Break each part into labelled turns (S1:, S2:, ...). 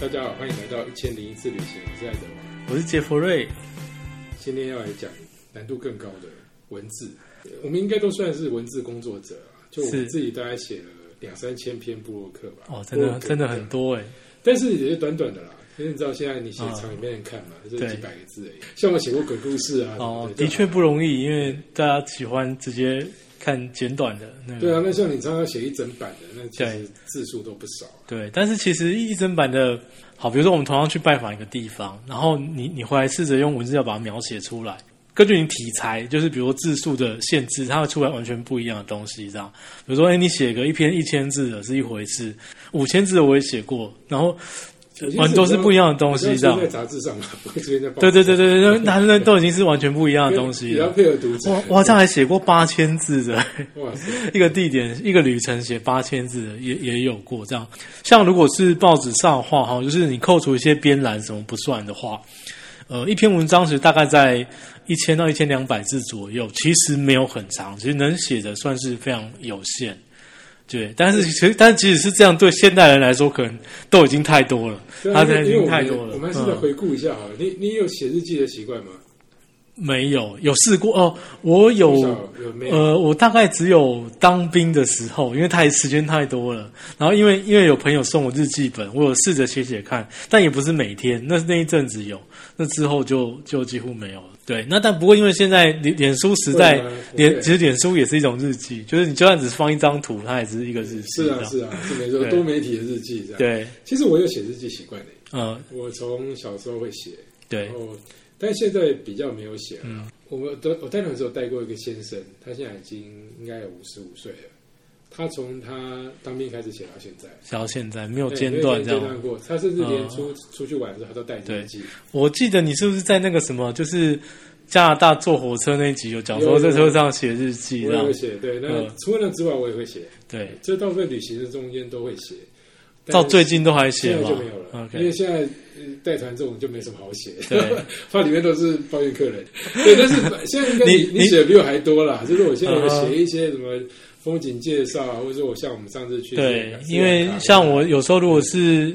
S1: 大家好，欢迎来到一千零一次旅行，我是艾德王。
S2: 我是杰弗瑞，
S1: 今天要来讲难度更高的文字，呃我们应该都算是文字工作者啊，就我们
S2: 是
S1: 自己大概写了两三千篇部落客吧。
S2: 哦，真的真的很
S1: 多，
S2: 多哎，
S1: 但是也是短短的啦。因为你知道现在你写长也没人看嘛，就是几
S2: 对
S1: 百个字而已。像我写过鬼故事啊，
S2: 哦，
S1: 对
S2: 的
S1: 不对
S2: 确不容易，因为大家喜欢直接看简短的那个，
S1: 对啊。那像你常常写一整版的，那其实
S2: 对
S1: 字数都不少啊。
S2: 对，但是其实一整版的，好，比如说我们同样去拜访一个地方，然后你你回来试着用文字要把它描写出来，根据你题材，就是比如说字数的限制，它会出来完全不一样的东西。这样，比如说，哎，你写个一篇一千字的是一回事，五千字的我也写过，然后完全都是不一样的东西
S1: 比较出现
S2: 这
S1: 在
S2: 样
S1: 杂志上嘛，不会出现在报纸
S2: 对对
S1: 上，
S2: 对对对，那那都已经是完全不一样的东西
S1: 比较
S2: 了。
S1: 配合读者。
S2: 哇哇，这样还写过八千字的。
S1: 哇塞！
S2: 一个地点一个旅程写八千字的也也有过这样。像如果是报纸上的话哈，就是你扣除一些编栏什么不算的话，呃，一篇文章其实大概在一千到一千两百字左右，其实没有很长，其实能写的算是非常有限。对，但是其实但即使是这样，对现代人来说，可能都已经太多了，
S1: 对
S2: 他
S1: 啊，因
S2: 现在
S1: 为
S2: 已
S1: 因为我们
S2: 经太多了。
S1: 我们还是再
S2: 嗯
S1: 回顾一下哈，你你有写日记的习惯吗？
S2: 没有有试过哦，我有
S1: 多少有没有
S2: 呃，我大概只有当兵的时候，因为太时间太多了，然后因为因为有朋友送我日记本，我有试着写写看，但也不是每天，那那一阵子有，那之后就就几乎没有了。对，那但不过因为现在脸脸书时代
S1: 对啊，对
S2: 脸其实脸书也是一种日记，就是你就算只是放一张图，它也只是一个日记。
S1: 是
S2: 这
S1: 啊，
S2: 样
S1: 是啊，是没错，
S2: 对
S1: 多媒体的日记这样。，
S2: 对，
S1: 其实我有写日记习惯的，
S2: 呃，
S1: 我从小时候会写，
S2: 对嗯
S1: 然，后但现在比较没有写了啦。我们都我带团的时候带过一个先生，他现在已经应该有五十五岁了，他从他当兵开始写到现在。
S2: 写到现在没有
S1: 对
S2: 哦间
S1: 没有
S2: 断
S1: 间
S2: 这样。
S1: 断过，他甚至连
S2: 嗯
S1: 出出去玩的时候，他都带着日
S2: 对
S1: 记。
S2: 我记得你是不是在那个什么，就是加拿大坐火车那一集有讲
S1: 有
S2: 说
S1: 有
S2: 在车上写日记
S1: 我
S2: 这
S1: 也
S2: 样
S1: 会？写，对。那
S2: 嗯
S1: 除了之外，我也会写。
S2: 对，
S1: 这到在旅行的中间都会写，但
S2: 到
S1: 是
S2: 最近都还写
S1: 现在
S2: 吗
S1: 就没有了因为
S2: ？OK，
S1: 现在呃带团这种就没什么好写，
S2: 对，
S1: 怕里面都是抱怨客人。对，但是现在应该你
S2: 你
S1: 你
S2: 你
S1: 写的比我还多啦，就是我现在有
S2: 嗯哼
S1: 写一些什么风景介绍啊，或者说我像我们上次去
S2: 对，
S1: 斯里
S2: 因
S1: 兰
S2: 为
S1: 卡
S2: 像我有时候如果是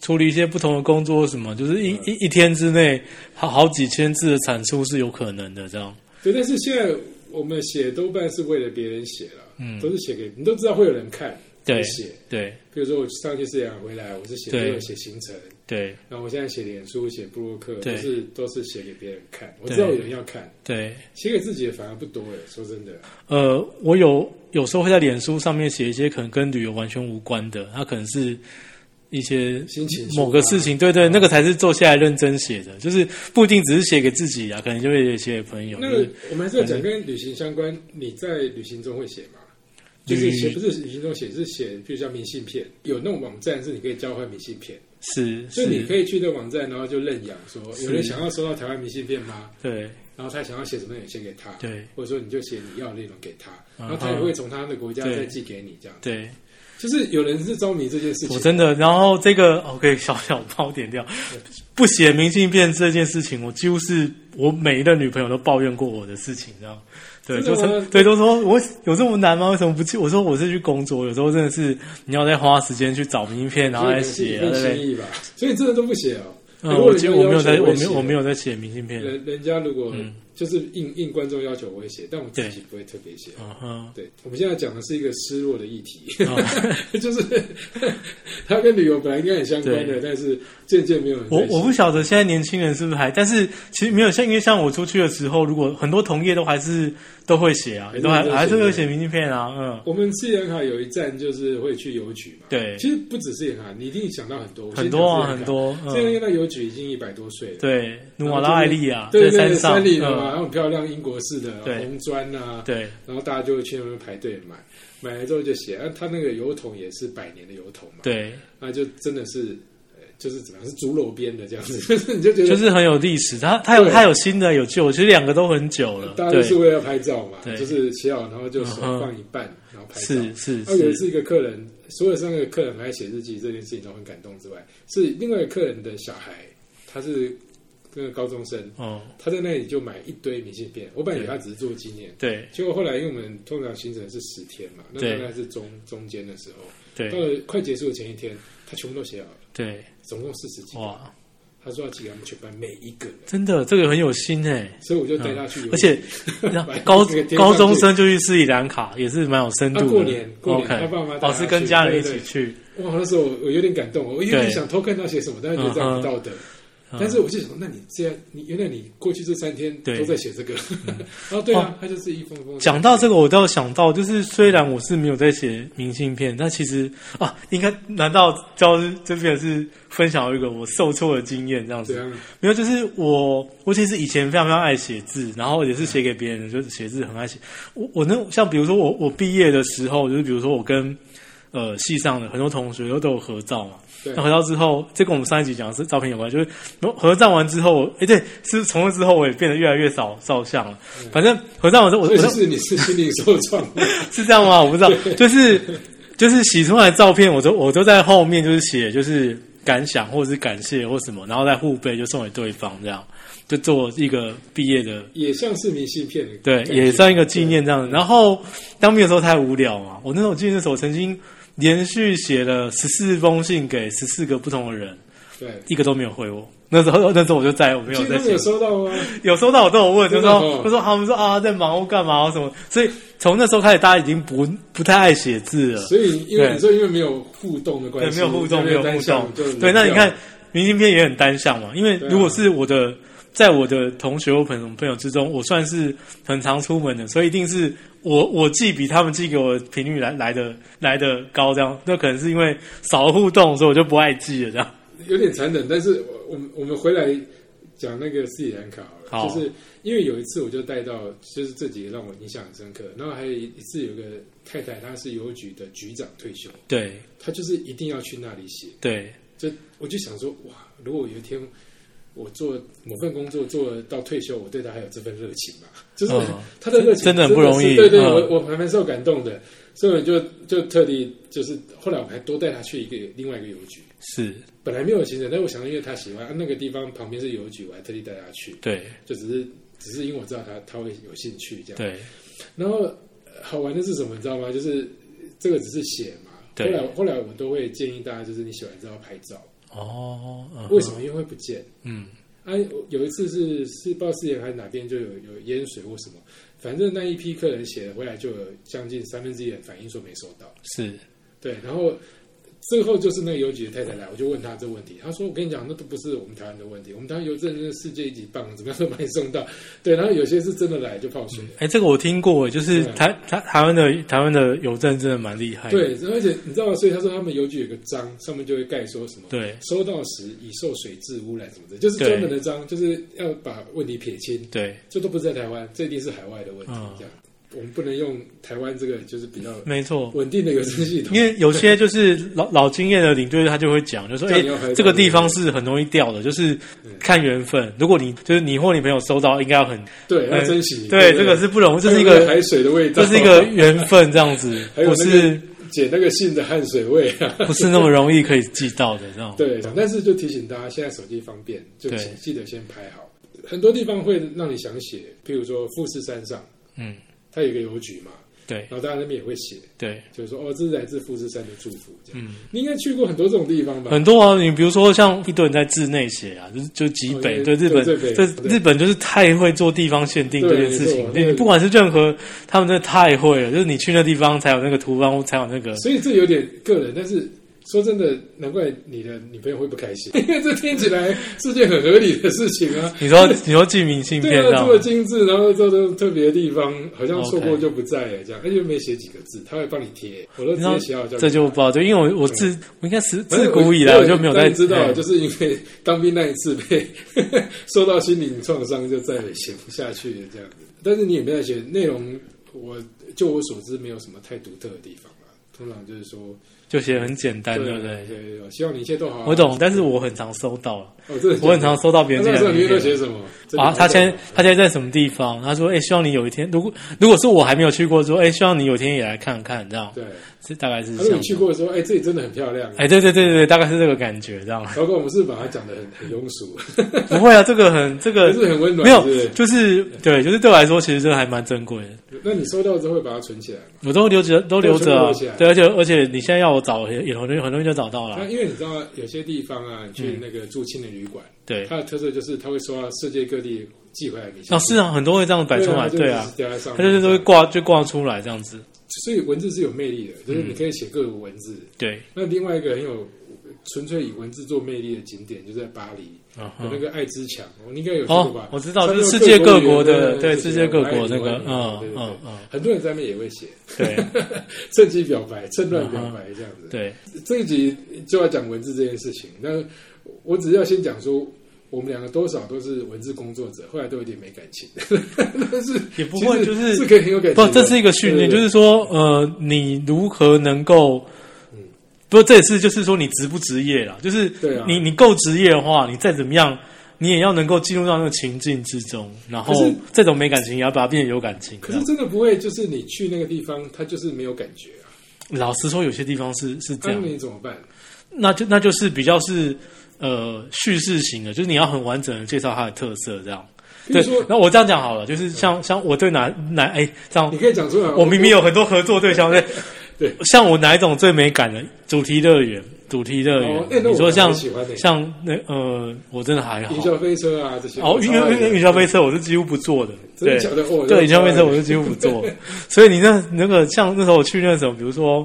S2: 处理一些不同的工作，什么就是
S1: 嗯
S2: 一一一天之内好好几千字的产出是有可能的，这样
S1: 对，但是现在我们写多半是为了别人写了，
S2: 嗯
S1: 都是写给你都知道会有人看，
S2: 对
S1: 就写。
S2: 对
S1: 比如说我上去斯里兰卡回来，我是写
S2: 对
S1: 没有写行程，
S2: 对
S1: 然后我现在写脸书、写布洛克，都
S2: 对
S1: 是都是写给别人看。我
S2: 对
S1: 知道有人要看，
S2: 对，
S1: 写给自己的反而不多哎。说真的，
S2: 呃，我有有时候会在脸书上面写一些可能跟旅游完全无关的，它可能是一些
S1: 心情啊抒发
S2: 某个事情，对对，那个才是坐下来认真写的，就是不一定只是写给自己啊，可能就会写给朋友。
S1: 那
S2: 就是
S1: 个我们还是要
S2: 嗯
S1: 讲跟旅行相关。你在旅行中会写吗？就是
S2: 旅
S1: 写不是旅行中写，是写，比如像明信片，有那种网站是你可以交换明信片，
S2: 是
S1: 所以你可
S2: 是，
S1: 以去那网站，然后就认养说，有人想要收到台湾明信片吗？
S2: 对
S1: 然后他想要写什么，你写给他，
S2: 对
S1: 或者说你就写你要的内容给他，然
S2: 嗯
S1: 后他也会从他的国家
S2: 对
S1: 再寄给你，这样。
S2: 对。
S1: 就是有人是着迷这件事情
S2: 我，真的，然后这个 OK，小小爆点掉，不写明信片这件事情，我几乎是我每一任女朋友都抱怨过我的事情，这样对，
S1: 真
S2: 就
S1: 的吗
S2: 是对，都说我有这么难吗？为什么不去？我说我是去工作，有时候真的是你要再花时间去找明信片，然后来写，
S1: 所
S2: 啊
S1: 以可能
S2: 对
S1: 是一份
S2: 不对？
S1: 心意吧。所以真的都不写哦。
S2: 嗯，
S1: 如果
S2: 我
S1: 人
S2: 觉
S1: 家要求
S2: 得我没有在，我没
S1: 写
S2: 有，我没有在写明信片，
S1: 人人家如果
S2: 嗯
S1: 就是应应观众要求，我会写，但我自己不会特别写。
S2: 嗯哼，
S1: 对，我们现在讲的是一个失落的议题，
S2: 嗯
S1: 就是它跟旅游本来应该很相关的，
S2: 对
S1: 但是渐渐没有人在
S2: 我
S1: 写。
S2: 我不晓得现在年轻人是不是还，但是其实没有像因为像我出去的时候，如果很多同业都还是都会写啊，
S1: 还是
S2: 都还
S1: 哎会写
S2: 还是会写明信片啊，嗯，
S1: 我们斯里兰卡有一站就是会去邮局嘛，
S2: 对
S1: 其实不只是斯里兰卡，你一定想到很多，我先
S2: 很多啊
S1: 讲
S2: 很多
S1: 斯里兰卡
S2: 嗯
S1: 斯里兰卡邮局已经一百多岁了，
S2: 对，
S1: 然后就
S2: 努
S1: 是，
S2: 瓦拉艾利亚
S1: 对对
S2: 山
S1: 对，
S2: 上，
S1: 山里的嘛，
S2: 嗯
S1: 然后很漂亮英国式的
S2: 对
S1: 红砖啊，
S2: 对
S1: 然后大家就会去那边排队买，买了之后就写，啊，他那个油桶也是百年的油桶嘛，
S2: 对，
S1: 那就真的是，呃就是怎么样是竹篓边的这样子， 就是你就觉得
S2: 就是很有历史。它它有
S1: 对
S2: 它有新的有旧，其实两个都很久了。
S1: 大家都
S2: 对，
S1: 是为了拍照嘛，
S2: 对
S1: 就是写好然后就手
S2: 嗯哼
S1: 放一半，然后拍照。
S2: 是是
S1: 啊，有一
S2: 是，
S1: 次一个客人，除了上个客人很爱写日记这件事情都很感动之外，是另外一个客人的小孩，他是那个高中生，
S2: 哦，
S1: 他在那里就买一堆明信片，我本来以为他只是做纪念，
S2: 对
S1: 结果后来因为我们通常行程是十天嘛，那
S2: 对
S1: 大概是中中间的时候，到
S2: 对
S1: 了快结束的前一天，他全部都写好了，
S2: 对，
S1: 总共四十几个。
S2: 哇，
S1: 他说要寄给我们全班每一个人，
S2: 真的这个很有心哎、
S1: 所以我就带他去游泳。
S2: 嗯 而且那
S1: 买
S2: 高
S1: 那个电
S2: 高
S1: 饭
S2: 中
S1: 店
S2: 生就去斯里兰卡，也是蛮有深度
S1: 他
S2: 的。
S1: 啊过年过年
S2: OK，
S1: 他爸妈带
S2: 老
S1: 他
S2: 师跟
S1: 去
S2: 家人一
S1: 对
S2: 起
S1: 对
S2: 去，
S1: 哇，那时候我有点感动，我有
S2: 对嗯
S1: 点想偷看他写什么，但是觉得这样不道德。但是我就想，那你这样，你原来你过去这三天
S2: 对嗯哦
S1: 都在写这个， 然后对啊，他就是一封封地
S2: 讲到这个，我倒想到，就是虽然我是没有在写明信片，但其实啊，应该难道教这边是分享一个我受挫的经验这样
S1: 怎
S2: 子？
S1: 样，啊
S2: 没有，就是我，我其实以前非常非常爱写字，然后也是写给别人，就是写字很爱写。我我那像比如说我我毕业的时候，就是比如说我跟呃系上的很多同学都都有合照嘛，
S1: 对啊
S2: 那合照之后，这跟我们上一集讲的是照片有关，就是合照完之后，哎、对，是从那之后我也变得越来越少照相了。反正合照完之后，我
S1: 嗯所
S2: 我
S1: 以就是你是心灵受创，
S2: 是这样吗？我不知道，就是就是洗出来的照片，我都我都在后面就是写就是感想或者是感谢或什么，然后再互背就送给对方，这样就做一个毕业的。
S1: 也像是明信片的
S2: 对
S1: 感，觉，
S2: 也算一个纪念这样子。然后当兵的时候太无聊嘛，我那时候我记得那时候我曾经连续写了十四封信给十四个不同的人，
S1: 对。
S2: 一个都没有回我。那时候那时候我就再也没有
S1: 其实
S2: 再
S1: 他们
S2: 写
S1: 有收到吗？
S2: 有收到我都有问，就
S1: 真的
S2: 说
S1: 哦
S2: 就说他们说啊在忙或干嘛或什么，所以从那时候开始大家已经不不太爱写字了，
S1: 所以因为
S2: 对
S1: 你说因为没有互动的关
S2: 对，
S1: 系，
S2: 没有互动，没
S1: 没
S2: 有
S1: 单
S2: 互
S1: 向
S2: 动
S1: 就冷，
S2: 对，那你
S1: 掉
S2: 看明信片也很单向嘛，因为
S1: 对啊
S2: 如果是我的。在我的同学或朋友朋友之中，我算是很常出门的，所以一定是我我寄比他们寄给我的频率来来的来的高，这样那可能是因为少了互动，所以我就不爱寄了这样。
S1: 有点残忍，但是我我们我们回来讲那个斯里兰卡好了，
S2: 好
S1: 就是因为有一次我就带到，就是这几个让我印象很深刻。然后还有一次有个太太，她是邮局的局长退休，
S2: 对
S1: 她就是一定要去那里写。
S2: 对，
S1: 就我就想说，哇，如果有一天我做某份工作做到退休，我对她还有这份热情嘛？就是
S2: 嗯
S1: 她的热情
S2: 真的很不容易
S1: 是对对，
S2: 嗯
S1: 我我还蛮受感动的，所以我就就特地就是后来我还多带她去一个另外一个邮局。
S2: 是，
S1: 本来没有行程，但我想，因为他喜欢、啊、那个地方旁边是邮局，我还特地带他去，
S2: 对
S1: 就只是只是因为我知道他他会有兴趣这样。
S2: 对
S1: 然后呃好玩的是什么，你知道吗？就是这个只是写嘛。后
S2: 对
S1: 来后来我都会建议大家，就是你写完之后拍照，
S2: 哦，嗯
S1: 为什么？因为会不见。
S2: 嗯，
S1: 啊，有一次是是不知道是还是哪边就有有淹水或什么，反正那一批客人写了回来，就有将近三分之一人反映说没收到。
S2: 是
S1: 对，然后最后就是那个邮局的太太来，我就问她这个问题，她说：“我跟你讲，那都不是我们台湾的问题，我们台湾邮政真的世界一级棒，怎么样都把你送到。”对，然后有些是真的来就泡水。
S2: 哎、这个我听过，就是
S1: 对啊
S2: 台台台湾的台湾的邮政真的蛮厉害的。
S1: 对，而且你知道吗？所以她说他们邮局有个章，上面就会盖说什么。
S2: 对
S1: 收到时已受水质污染什么的，就是
S2: 对
S1: 专门的章，就是要把问题撇清。
S2: 对，
S1: 这都不是在台湾，这一定是海外的问题。
S2: 嗯
S1: 这样，我们不能用台湾这个就是比较
S2: 没错，
S1: 稳定的邮政系统，
S2: 嗯因为有些就是老老经验的领队，他就会讲，就说
S1: 叫
S2: 哎、
S1: 你要拍照
S2: 这个地方是很容易掉的，就是看缘分。如果你就是你或你朋友收到，应该要很
S1: 对要
S2: 哎
S1: 珍惜。
S2: 对，
S1: 不
S2: 这个是不容易，这是一
S1: 还有那
S2: 个
S1: 海水的味道，
S2: 这是一个缘分这样子，
S1: 还有
S2: 不
S1: 那个
S2: 是
S1: 解那个信的汗水味啊。
S2: 不是那么容易可以寄到的这样。
S1: 对，但是就提醒大家，现在手机方便，就
S2: 对
S1: 请记得先拍好。很多地方会让你想写，譬如说富士山上，
S2: 嗯，
S1: 它有一个邮局嘛，
S2: 对
S1: 然后大家那边也会写，
S2: 对，
S1: 就是说哦，这是来自富士山的祝福。这样，
S2: 嗯
S1: 你应该去过很多这种地方吧？
S2: 很多啊，你比如说像一堆人在志内写啊，就是就极北
S1: 哦对
S2: 对日本，
S1: 对对
S2: 这
S1: 对
S2: 日本就是太会做地方限定这
S1: 对
S2: 件事情
S1: 没错，
S2: 你
S1: 对
S2: 不管是任何，他们真的太会了，就是你去那地方才有那个图案，才有那个。
S1: 所以这有点个人，但是说真的，难怪你的女朋友会不开心，因 为这听起来是件很合理的事情啊。
S2: 你说你说寄明信
S1: 对
S2: 片这
S1: 啊，
S2: 样
S1: 这么精致，然后做的特别的地方，好像错
S2: OK
S1: 过就不在了这样，而且没写几个字，他会帮你贴，我都直接写好交给你
S2: 这就不知道，对，因为我我自我应该是
S1: 嗯反正
S2: 自古以来
S1: 我
S2: 我就没有
S1: 当
S2: 在
S1: 然知道，
S2: 哎
S1: 就是因为当兵那一次被 受到心灵创伤，就再也写不下去了这样子。但是你也没有写内容，我就我所知没有什么太独特的地方啦。通常就是说，
S2: 就写得很简单，哎对
S1: 啊
S2: 不对？
S1: 对对对，希望你一切都好啊。
S2: 我懂，但是我很常收到了，
S1: 哦，真的假的
S2: 我很常收到别
S1: 那
S2: 人
S1: 那
S2: 寄来
S1: 时候
S2: 的
S1: 你
S2: 明
S1: 都
S2: 信
S1: 写
S2: 片。
S1: 什么？
S2: 啊，他现在
S1: 先
S2: 他现在在什么地方？他说：“哎、希望你有一天，如果如果是我还没有去过，说，哎、希望你有一天也来看看，这样。
S1: 对，”
S2: 这大概是
S1: 他
S2: 这
S1: 说
S2: 样
S1: 你。去过的时候，哎，这里真的很漂亮。
S2: 哎，对对对对对，大概是这个感觉， 这样。
S1: 糟糕，我们是把它讲的很很庸 俗，
S2: 不会啊，这个很这
S1: 可
S2: 个
S1: 是很温暖。
S2: 没
S1: 是不
S2: 有，
S1: 是
S2: 就是对，就是对我来说，其实这个还蛮珍贵的，
S1: 那你收到之后会把它存起来吗？
S2: 我都留着，都留着啊
S1: 都留起来，
S2: 对，而且而且你现在要我找也也很容易很容易就找到
S1: 那
S2: 了，
S1: 因为你知道有些地方啊，你去那个住青年旅馆，
S2: 嗯对，
S1: 它的特色就是它会收到世界各地寄回来的明信
S2: 哦
S1: 片。
S2: 是啊，很多会这样摆出来，对啊，，
S1: 对就是
S2: 它
S1: 它
S2: 就是都会
S1: 会，
S2: 挂就挂出来这样子，
S1: 所以文字是有魅力的，
S2: 嗯
S1: 就是你可以写各种文字。
S2: 对，
S1: 那另外一个很有纯粹以文字做魅力的景点，就在巴黎，
S2: 嗯
S1: 有那
S2: 哼，
S1: 个爱之墙，你应该有去过
S2: 哦
S1: 吧，？
S2: 我知道，
S1: 上
S2: 就
S1: 面
S2: 是
S1: 有
S2: 世界各国
S1: 的
S2: 的，，对世界各国那个，
S1: 嗯
S2: 嗯
S1: 嗯
S2: 嗯
S1: 嗯，
S2: 嗯，
S1: 很多人在那边也会写，
S2: 对
S1: 趁机表白，趁乱表白这样子。
S2: 啊对，
S1: 这一集就要讲文字这件事情，那我只要先讲说。我们两个多少都是文字工作者，后来都有点没感情，但是
S2: 也不
S1: 其
S2: 会
S1: 实
S2: 就是
S1: 是可以很有感情
S2: 不
S1: 的。，
S2: 这是一个训
S1: 对对
S2: 练，
S1: 对
S2: 就是说，呃，你如何能够，不，这也是就是说你职不职业啦，就是
S1: 嗯对啊
S2: 你你够职业的话，你再怎么样，你也要能够进入到那个情境之中，然后
S1: 可是
S2: 这种没感情也要把它变得有感情。
S1: 可是真的不会，就是你去那个地方，他就是没有感觉啊，
S2: 这样老实说，有些地方是是这
S1: 那
S2: 样，
S1: 你怎么办？
S2: 那就那就是比较是呃叙事型的，就是你要很完整的介绍它的特色，这样。
S1: 比如
S2: 对
S1: 说，，嗯
S2: 那我这样讲好了，就是像像我对哪哪哎这样
S1: 你可以讲啊出来。
S2: 我明明有很多合作对象，对
S1: 对，
S2: 像我哪一种最美感的主题乐园？主题乐园，
S1: 哦那那我
S2: 你说像
S1: 很喜欢的
S2: 像那呃，我真的还好
S1: 云。霄飞车啊这些。
S2: 哦，因为因为云霄飞车我是几乎不坐的，
S1: 真
S2: 对
S1: 的假的？哦
S2: 对，云霄飞车我是几乎 不坐，所以你那那个像那时候我去那种，比如说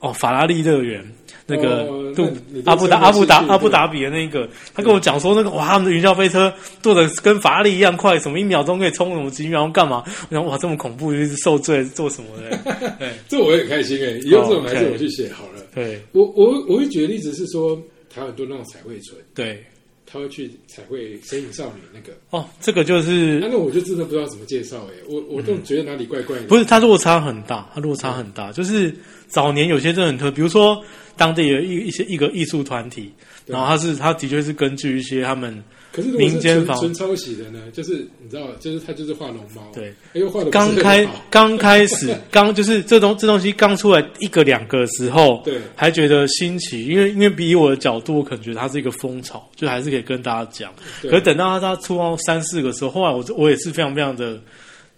S2: 哦法拉利乐园。那个
S1: 哦
S2: 杜、
S1: 那你都
S2: 阿布达
S1: 真的
S2: 阿布达
S1: 是去
S2: 阿布达比的那个，他跟我讲说那个哇，他们的云霄飞车坐的跟法拉利一样快，什么一秒钟可以冲什么几秒，然后干嘛？我想哇，这么恐怖，就是受罪做什么 的？对
S1: 这我也很开心哎，以后这种还是
S2: 哦 OK
S1: 我去写好了。
S2: 对
S1: 我我我会举的例子是说，台湾很多那种彩绘村，
S2: 对，
S1: 他会去彩绘《神隐少女》那个，
S2: 哦，这个就是
S1: 啊那我就真的不知道怎么介绍哎，我我都觉得哪里怪怪的。
S2: 嗯不是它落差很大，它落差很
S1: 嗯
S2: 大。就是早年有些真的很特别，比如说当地有一一些一个艺术团体，
S1: 对
S2: 然后它是它的确是根据一些他们
S1: 可是如果是
S2: 民间
S1: 纯
S2: 房
S1: 纯抄袭的呢，就是你知道，就是他就是画龙猫，
S2: 对
S1: 哎，又画的
S2: 刚开刚开始 刚就是这东这东西刚出来一个两个的时候，
S1: 对
S2: 还觉得新奇，因为因为比我的角度，我可能觉得它是一个风潮，就还是可以跟大家讲。
S1: 对
S2: 可是等到它它出到三四个时候，后来我我也是非常非常的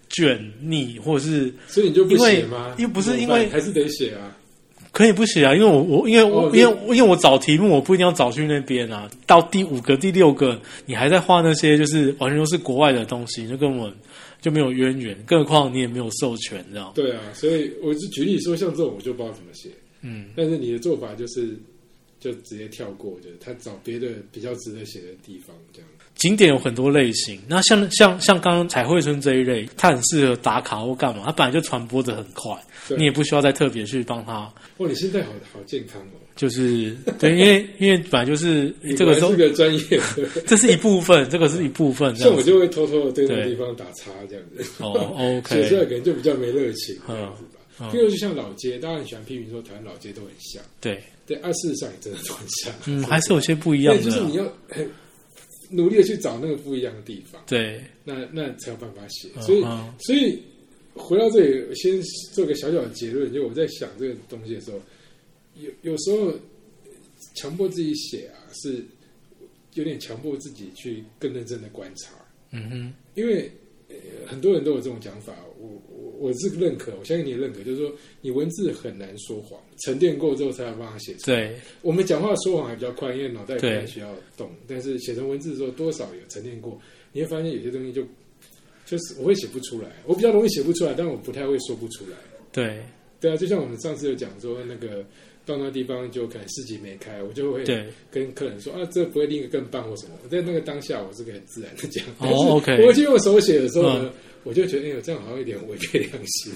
S2: 卷腻，或者是
S1: 所以你就不写吗？
S2: 因为又不是
S1: 怎么
S2: 因
S1: 办
S2: 为
S1: 还是得写啊。
S2: 可以不写啊，因为我我因为我、
S1: 哦
S2: 因为因为我找题目，我不一定要找去那边啊。到第五个、第六个，你还在画那些就是完全都是国外的东西，就跟我就没有渊源，更何况你也没有授权，这样。
S1: 对啊，所以我就举例说，像这种我就不知道怎么写。
S2: 嗯，
S1: 但是你的做法就是就直接跳过，就是他找别的比较值得写的地方这样。
S2: 景点有很多类型，那像像像刚刚彩绘村这一类，它很适合打卡或干嘛，它本来就传播的很快，
S1: 对
S2: 你也不需要再特别去帮它，
S1: 哇，你现在好好健康哦！
S2: 就是 对，因为因为本来就是
S1: 你
S2: 这
S1: 果然
S2: 个时候
S1: 是，个专业 的，
S2: 这是一部分，这个是一部分，这
S1: 像
S2: 样
S1: 我
S2: 子
S1: 就会偷偷的对那个
S2: 对
S1: 地方打叉这样子。
S2: 哦
S1: 写出来
S2: ，OK，
S1: 可能就比较没热情这样子吧。
S2: 嗯
S1: 因为就像老街，大家很喜欢批评说台湾老街都很像，
S2: 对，
S1: 对，啊，事实上也真的都很像。
S2: 嗯，还是有些不一样
S1: 对，就是你
S2: 的，
S1: 要很努力的去找那个不一样的地方，
S2: 对，
S1: 那那才有办法写。
S2: 嗯
S1: 所以
S2: 嗯
S1: 所以回到这里，先做个小小的结论，就我在想这个东西的时候，有有时候强迫自己写啊，是有点强迫自己去更认真的观察，
S2: 嗯哼，
S1: 因为、呃、很多人都有这种讲法，我我我是认可，我相信你也认可，就是说你文字很难说谎，沉淀过之后才有办法写出来。
S2: 对，
S1: 我们讲话说谎还比较快，因为脑袋不
S2: 对
S1: 太需要动，但是写成文字的时候，多少有沉淀过，你会发现有些东西就就是我会写不出来，我比较容易写不出来，但我不太会说不出来。
S2: 对，
S1: 对啊，就像我们上次有讲说，那个到那地方就可能市集没开，我就会
S2: 对，
S1: 跟客人说啊，这不会另一个更棒或什么。我在那个当下，我是可以很自然的讲。
S2: 哦
S1: 但是
S2: OK 嗯
S1: 我去用手写的时候呢，我就觉得哎呦，这样好像有点违背良心。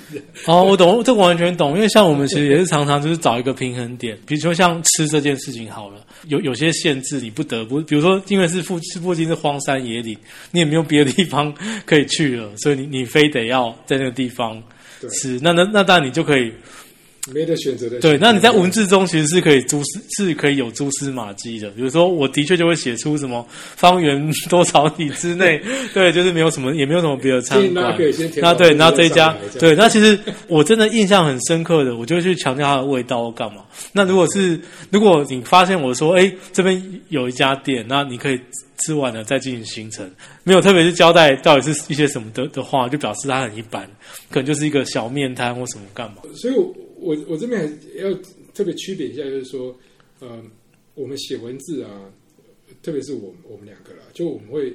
S2: 哦，我懂，这个完全懂，因为像我们其实也是常常就是找一个平衡点，比如说像吃这件事情好了，有有些限制你不得不，比如说因为是附是附近是荒山野岭，你也没有别的地方 可以去了，所以你你非得要在那个地方
S1: 对
S2: 吃，那那那当然你就可以
S1: 没得选择的。
S2: 对，那你在文字中其实是可以蛛丝是可以有蛛丝马迹的，比如说我的确就会写出什么方圆多少里 之内，对，就是没有什么也没有什么别的餐
S1: 建议大
S2: 馆
S1: 家可以先，填
S2: 那
S1: 饱
S2: 对，
S1: 肚子
S2: 那
S1: 再
S2: 这一
S1: 上
S2: 家
S1: 来这样
S2: 对，那其实我真的印象很深刻的，我就会去强调它的味道或干嘛。那如果是如果你发现我说，哎，这边有一家店，那你可以吃完了再进行行程，没有特别去交代到底是一些什么的的话，就表示它很一般，可能就是一个小面摊或什么干嘛。
S1: 所以我，我我我这边还要特别区别一下，就是说，呃，我们写文字啊，特别是我们我们两个啦，就我们会，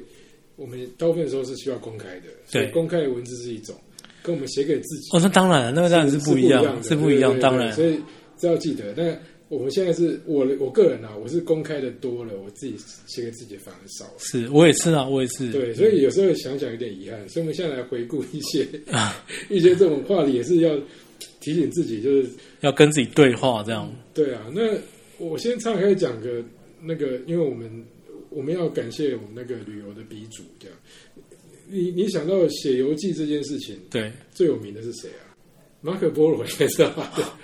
S1: 我们大部分时候是需要公开的，所以
S2: 对
S1: 公开的文字是一种，跟我们写给自己
S2: 哦，那当然了，那个当然
S1: 是
S2: 不一样，
S1: 是
S2: 是不一样，
S1: 对对对
S2: 当然
S1: 所以这要记得。但我们现在是我我个人啊，我是公开的多了，我自己写给自己反而少了。
S2: 是我也是啊，我也是。
S1: 对，所以有时候想想有点遗憾，所以我们现在来回顾一些
S2: 啊
S1: 一些这种话题，也是要提醒自己，就是
S2: 要跟自己对话，这样
S1: 对啊。那我先岔开讲个那个，因为我们我们要感谢我们那个旅游的鼻祖，这样。你你想到写游记这件事情，
S2: 对。
S1: 最有名的是谁啊？马可波罗应该知道吧？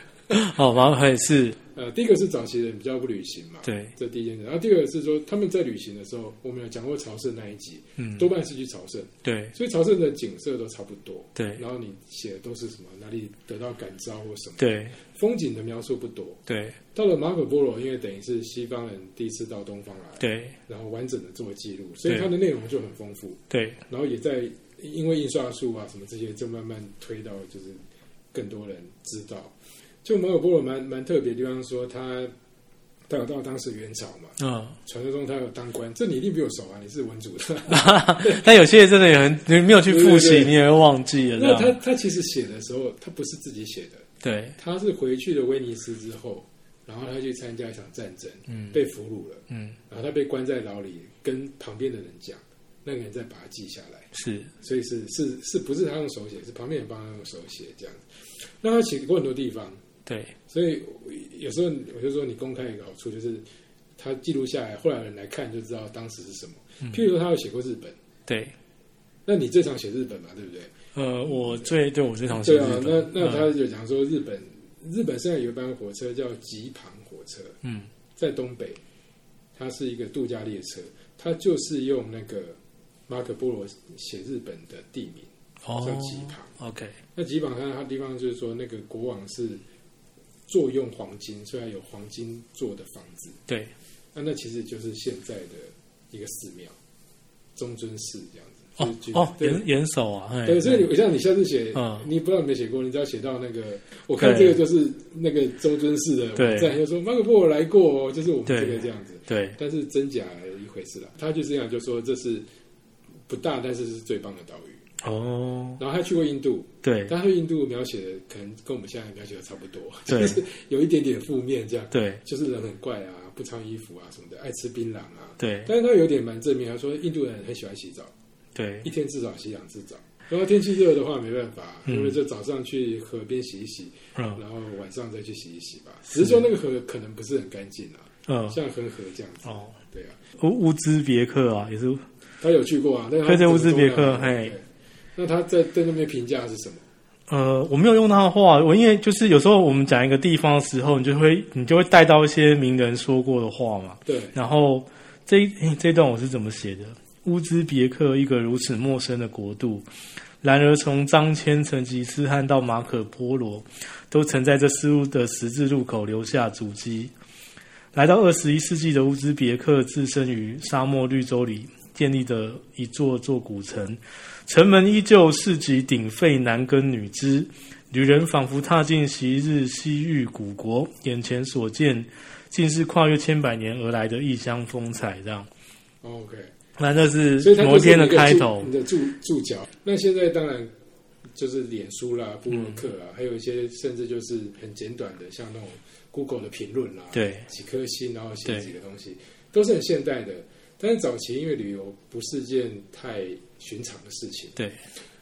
S2: 好，哦然后还有是
S1: 呃，第一个是早期人比较不旅行嘛，
S2: 对
S1: 这第一件事。然啊后第二个是说他们在旅行的时候，我们有讲过朝圣那一集，
S2: 嗯
S1: 多半是去朝圣，
S2: 对
S1: 所以朝圣的景色都差不多。
S2: 对
S1: 然后你写的都是什么哪里得到感召或什么，
S2: 对
S1: 风景的描述不多。
S2: 对
S1: 到了马可波罗，因为等于是西方人第一次到东方来，
S2: 对
S1: 然后完整的做记录，所以
S2: 对
S1: 它的内容就很丰富。
S2: 对
S1: 然后也在因为印刷术啊什么这些，就慢慢推到就是更多人知道。就马可波罗蛮蛮特别的地方说他，他有到当时元朝嘛，
S2: 嗯，
S1: 传说中他有当官，这你一定比我熟啊，你是文主的。
S2: 但有些真的也很，你没有去复
S1: 对对
S2: 习，
S1: 对
S2: 你也会忘记了，这
S1: 那他
S2: 样
S1: 他其实写的时候，他不是自己写的，
S2: 对
S1: 他是回去了威尼斯之后，然后他去参加一场战争，
S2: 嗯
S1: 被俘虏了，
S2: 嗯
S1: 然后他被关在牢里，跟旁边的人讲，那个人再把他记下来。
S2: 是
S1: 所以是是是不是他用手写，是旁边人帮他用手写这样子。那他写过很多地方，
S2: 对
S1: 所以我有时候我就说你公开有一个好处就是，他记录下来，后来有人来看就知道当时是什么。
S2: 嗯
S1: 譬如说他有写过日本，
S2: 对。
S1: 那你最常写日本嘛，对不对？
S2: 呃，我最对我最常哦写
S1: 对
S2: 日
S1: 啊
S2: 本，，
S1: 那那
S2: 嗯
S1: 他就讲说日本，日本现在有一班火车叫吉旁火车，
S2: 嗯，
S1: 在东北，它是一个度假列车，它就是用那个马可波罗写日本的地名叫
S2: 哦
S1: 吉旁。
S2: ，OK，
S1: 那吉榜它它地方就是说，那个国王是坐用黄金，虽然有黄金做的房子，
S2: 对
S1: 那那其实就是现在的一个寺庙，中尊寺这样子。
S2: 哦
S1: 就是
S2: 哦，
S1: 对
S2: 严严守啊，哎
S1: 对，所以你像你下次写
S2: 嗯，
S1: 你不知道你没写过，你只要写到那个，我看这
S2: 对
S1: 个就是那个中尊寺的
S2: 对
S1: 网站，就说马可波罗来过哦，就是我们
S2: 对
S1: 这个这样子。
S2: 对
S1: 但是真假一回事啦，他就这样就说这是不大，但是是最棒的岛屿。
S2: 哦，
S1: 然后他去过印度，
S2: 对
S1: 但是印度描写的可能跟我们现在描写的差不多，
S2: 对
S1: 就是 有一点点负面这样，
S2: 对
S1: 就是人很怪啊，不穿衣服啊什么的，爱吃槟榔啊。
S2: 对
S1: 但是他有点蛮正面，他说印度人很喜欢洗澡，
S2: 对
S1: 一天至少洗两次澡。然后天气热的话没办法，
S2: 嗯
S1: 因为就早上去河边洗一洗，
S2: 嗯
S1: 然后晚上再去洗一洗吧。只是说那个河可能不是很干净啊，
S2: 嗯
S1: 像恒河这样子。
S2: 哦，
S1: 对啊，
S2: 乌乌兹别克啊，也是
S1: 他有去过啊，但是他
S2: 对对乌兹别克
S1: 不知道
S2: 嘿
S1: 对那他在在那边评价是什么？
S2: 呃，我没有用他的话，我因为就是有时候我们讲一个地方的时候，你就会你就会带到一些名人说过的话嘛。
S1: 对，
S2: 然后这一诶这一段我是怎么写的？乌兹别克，一个如此陌生的国度。然而，从张骞、成吉思汗到马可·波罗，都曾在这丝路的十字路口留下足迹。来到二十一世纪的乌兹别克，置身于沙漠绿洲里建立的一座座古城，城门依旧市集鼎沸，男耕女织，旅人仿佛踏进昔日西域古国，眼前所见竟是跨越千百年而来的异乡风采。这样，
S1: 哦，OK。
S2: 那这是
S1: 所以它
S2: 某一
S1: 就是
S2: 嗯天
S1: 你
S2: 的
S1: 的
S2: 开
S1: 注
S2: 头。
S1: 你的注注脚。那现在当然就是脸书啦、布洛克
S2: 嗯
S1: 啊，还有一些甚至就是很简短的，像那种 Google 的评论啦，啊
S2: 对
S1: 几颗星，然后写
S2: 对
S1: 几个东西，都是很现代的。但是早期因为旅游不是件太寻常的事情，
S2: 对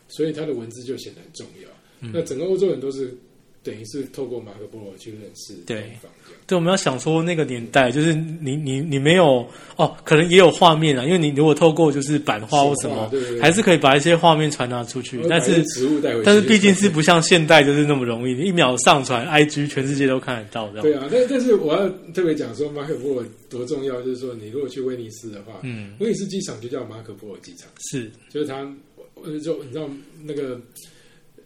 S1: 所以它的文字就显得很重要。
S2: 嗯
S1: 那整个欧洲人都是等于是透过马可波罗去认识
S2: 对
S1: 东方这样。
S2: 对，我们要想说那个年代，就是你你你没有哦，可能也有画面啊，因为你如果透过就是版画或
S1: 显
S2: 什么
S1: 化，对对对
S2: 还是可以把一些画面传达出去，但
S1: 把一
S2: 是
S1: 些。植物带回去，
S2: 但是毕竟是不像现代就是那么容易，你一秒上传 IG 全世界都看得到这 样。
S1: 对啊，但但是我要特别讲说马可波罗多重要，就是说你如果去威尼斯的话，
S2: 嗯，
S1: 威尼斯机场就叫马可波罗机场，
S2: 是，
S1: 就是它，呃就你知道那个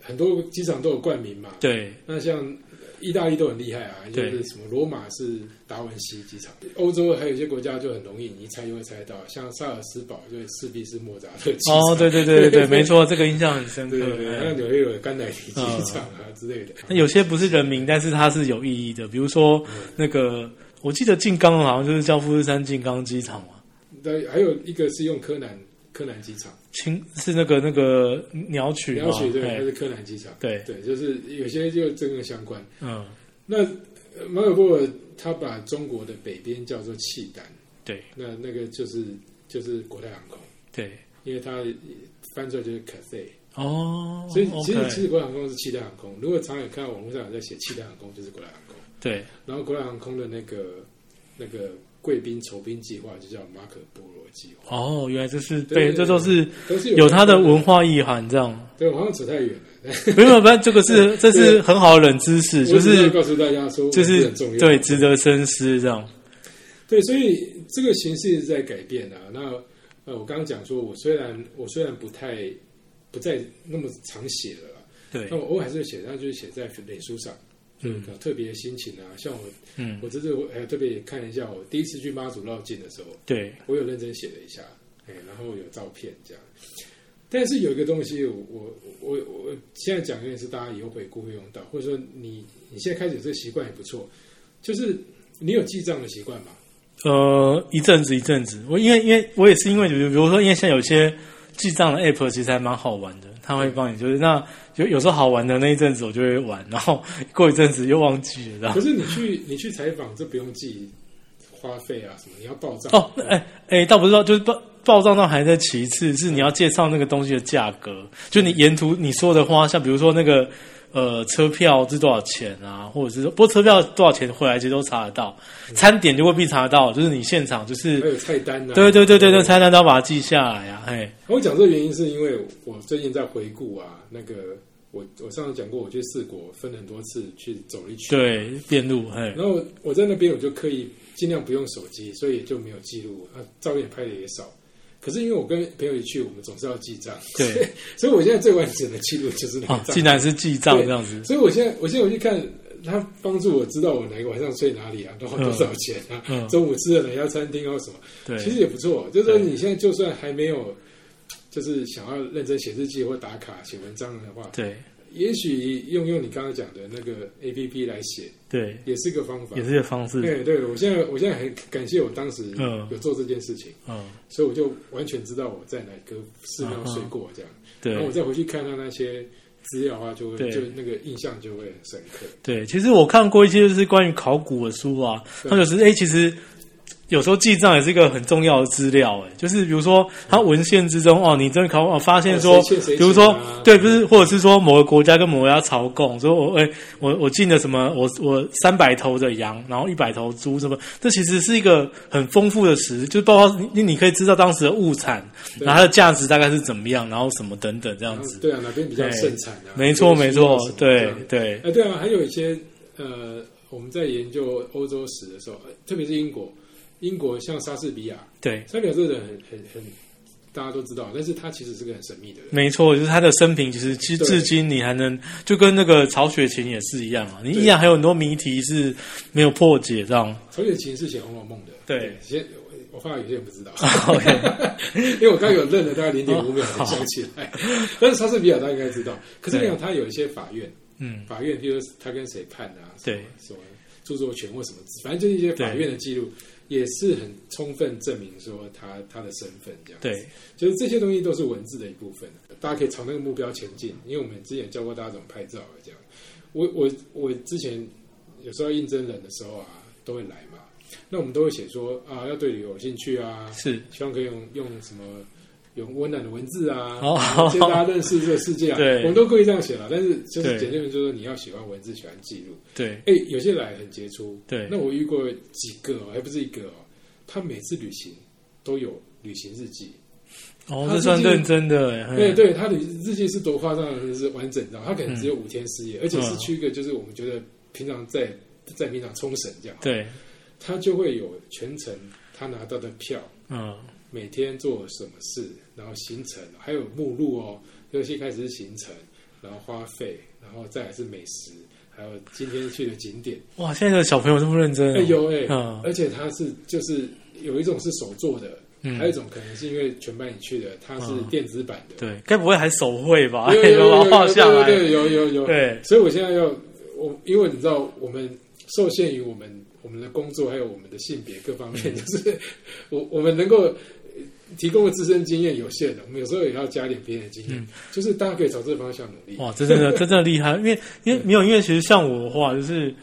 S1: 很多机场都有冠名嘛，
S2: 对
S1: 那像意大利都很厉害啊，就
S2: 对
S1: 是什么罗马是达文西机场，欧洲还有一些国家就很容易，你一猜就会猜到，像萨尔斯堡就势必是莫扎特机场，
S2: 哦，对对对 对对，没错，这个印象很深刻
S1: 对。对对，
S2: 哎
S1: 像纽约有甘乃迪机场啊之类的，
S2: 那有些不是人名，但是它是有意义的，比如说
S1: 嗯
S2: 那个，我记得静冈好像就是叫富士山静冈机场嘛，
S1: 对，还有一个是用柯南柯南机场，
S2: 青是那个那个鸟取
S1: 了
S2: 嘛，
S1: 解对，
S2: 哎
S1: 它是柯南机场，
S2: 对，
S1: 对，就是有些就真的相关。
S2: 嗯，
S1: 那呃马可波罗他把中国的北边叫做契丹，
S2: 对
S1: 那那个就是就是国泰航空，
S2: 对，
S1: 因为它翻出来就是 Cathay，
S2: 哦，
S1: 所以其实
S2: OK，
S1: 其实国泰航空是契丹航空。如果常有看到网络上有在写契丹航空，就是国泰航空。
S2: 对
S1: 然后国泰航空的那个那个贵宾酬宾计划就叫马可波罗计划，
S2: 哦，原来这是
S1: 对
S2: 对，
S1: 对
S2: 这都是
S1: 都是
S2: 有它的
S1: 文
S2: 文化意涵，这样。
S1: 对，我好像扯太远了。
S2: 没有，不，这个是这是很好的冷知识，就
S1: 我只要
S2: 是
S1: 告诉大家说，
S2: 就
S1: 文字
S2: 是
S1: 很重要，
S2: 对，值得深思这样。
S1: 对，所以这个形式一直在改变啊。那呃，我刚刚讲说，我虽然我虽然不太不再那么常写了啦，
S2: 对
S1: 那，我偶尔还是会写，那就是写在脸书上，
S2: 嗯
S1: 有特别的心情啊。像我，
S2: 嗯，
S1: 我这次我还特别也看一下，我第一次去妈祖绕境的时候，
S2: 对，
S1: 我有认真写了一下，哎，然后有照片这样。但是有一个东西我，我我我我现在讲的是大家以后回顾会用到，或者说你你现在开始有这个习惯也不错，就是你有记账的习惯吗？
S2: 呃，一阵子一阵子，我因为因为我也是因为，比如比如说，因为现在有些记账的 app 其实还蛮好玩的，它会帮你就是那有有时候好玩的那一阵子我就会玩，然后过一阵子又忘记了，然
S1: 可
S2: 后
S1: 是你去你去采访，这不用记花费啊什么，你要报账
S2: 哦，哎哎，倒不是说就是报报账上还在其次，是你要介绍那个东西的价格，就你沿途你说的话，像比如说那个。呃，车票是多少钱啊？或者是说，不过车票多少钱回来其实都查得到，餐点就未必查得到，就是你现场就是
S1: 还有菜单呐、啊。
S2: 对对对对对，菜单都要把它记下来啊，嘿，
S1: 我讲这个原因是因为我最近在回顾啊，那个我我上次讲过，我去四国分很多次去走了一圈，
S2: 对，电路，嘿，
S1: 然后我在那边我就刻意尽量不用手机，所以也就没有记录啊，照片拍的也少。可是因为我跟朋友一起去，我们总是要记账，
S2: 对，
S1: 所以我现在最完整的记录就是那
S2: 啊，
S1: 个
S2: 竟
S1: 账。
S2: 然是记账
S1: 对
S2: 这样子，
S1: 所以我现在我现在我去看，他帮助我知道我哪个晚上睡哪里啊，然后多少钱啊，
S2: 嗯嗯
S1: 中午吃了哪家餐厅啊什么，
S2: 对，
S1: 其实也不错。就是说
S2: 对
S1: 你现在就算还没有，就是想要认真写日记或打卡写文章的话，
S2: 对
S1: 也许用用你刚刚讲的那个 A P P 来写，
S2: 对，
S1: 也是个方法
S2: 也。是一个方式，
S1: 对对，我现在我现在很感谢我当时
S2: 嗯
S1: 有做这件事情，
S2: 嗯，
S1: 所以我就完全知道我在哪个寺庙睡过这样。然后我
S2: 啊对
S1: 再回去看到那些资料啊，就会
S2: 对
S1: 就那个印象就会很深刻。
S2: 对，其实我看过一些就是关于考古的书啊，
S1: 对
S2: 它就是，哎，其实。有时候记账也是一个很重要的资料，哎，就是比如说它文献之中哦，你真的考哦发现说
S1: 嗯哦谁欠谁
S2: 比如说
S1: 钱啊，
S2: 对，不是，或者是说某个国家跟某个国家朝贡，说我哎、我我进了什么，我我三百头的羊，然后一百头猪，什么，这其实是一个很丰富的史，就是包括你你可以知道当时的物产，
S1: 对
S2: 然后它的价值大概是怎么样，然后什么等等这样
S1: 然后
S2: 子。
S1: 对啊，哪边比较盛产啊？
S2: 没错，
S1: 哪
S2: 没
S1: 边需要
S2: 错
S1: 什么，这
S2: 对
S1: 样
S2: 对，
S1: 哎，对啊，还有一些呃，我们在研究欧洲史的时候，呃特别是英国，英国像莎士比亚，
S2: 对，
S1: 莎士比亚这个人很很很大家都知道，但是他其实是个很神秘的人。
S2: 没错，就是他的生平，其实其实
S1: 对
S2: 至今你还能就跟那个曹雪芹也是一样啊，你依然还有很多谜题是没有破解这样。
S1: 曹雪芹是写《红楼梦》的，
S2: 对哦
S1: 先我我发现有些人不知 道，
S2: OK， 哦
S1: 因为我刚刚有愣了大概零点五秒才想起来，但是莎士比亚大家应该知道。可是你
S2: 对
S1: 想，他有一些法院，
S2: 嗯，
S1: 法院，比如说他跟谁判啊，什么
S2: 对
S1: 什么著作权或什么，反正就是一些法院的记录，也是很充分证明说他他的身份这样。
S2: 对，
S1: 就是这些东西都是文字的一部分，大家可以朝那个目标前进。因为我们之前教过大家怎么拍照啊这样。我我我之前有时候应征人的时候啊，都会来嘛，那我们都会写说啊，要对旅游有兴趣啊，
S2: 是，
S1: 希望可以用用什么用温暖的文字啊，
S2: 哦
S1: 先大家认识这个世界啊。
S2: 对
S1: 我们都故意这样写了，但是就是
S2: 对
S1: 简单的就是说你要喜欢文字，喜欢记录。
S2: 对
S1: 哎，有些来很杰出，
S2: 对
S1: 那我遇过几个哦，还不是一个哦，他每次旅行都有旅行日记。
S2: 哦，
S1: 他
S2: 这算
S1: 最近
S2: 认真的哎，
S1: 对
S2: 嘿
S1: 对，他的日记是多夸张的，就是完整的，他可能只有
S2: 嗯
S1: 五天四夜，而且是去一个就是我们觉得平常在在平常冲绳这样，
S2: 对，
S1: 他就会有全程他拿到的票，
S2: 嗯，
S1: 每天做什么事，然后行程，还有目录哦，尤其开始是行程，然后花费，然后再来是美食，还有今天去的景点。
S2: 哇，现在的小朋友这么认真、哦，
S1: 哎有哎、
S2: 嗯
S1: 而且他是就是有一种是手做的，
S2: 嗯
S1: 还有一种可能是因为全班你去的，它是
S2: 嗯
S1: 电子版的。
S2: 对，该不会还手绘 吧？
S1: 有有有有有
S2: 画哎下来，
S1: 对对对有有有。
S2: 对
S1: 所以我现在要我，因为你知道，我们受限于我们我们的工作，还有我们的性别各方
S2: 嗯
S1: 面，就是我我们能够呃提供的自身经验有限的，我们有时候也要加点别人的经验，
S2: 嗯
S1: 就是大家可以朝这个方向努力。
S2: 哇，这真的，这真的厉害，因为因为没有，因为其实像我的话，就是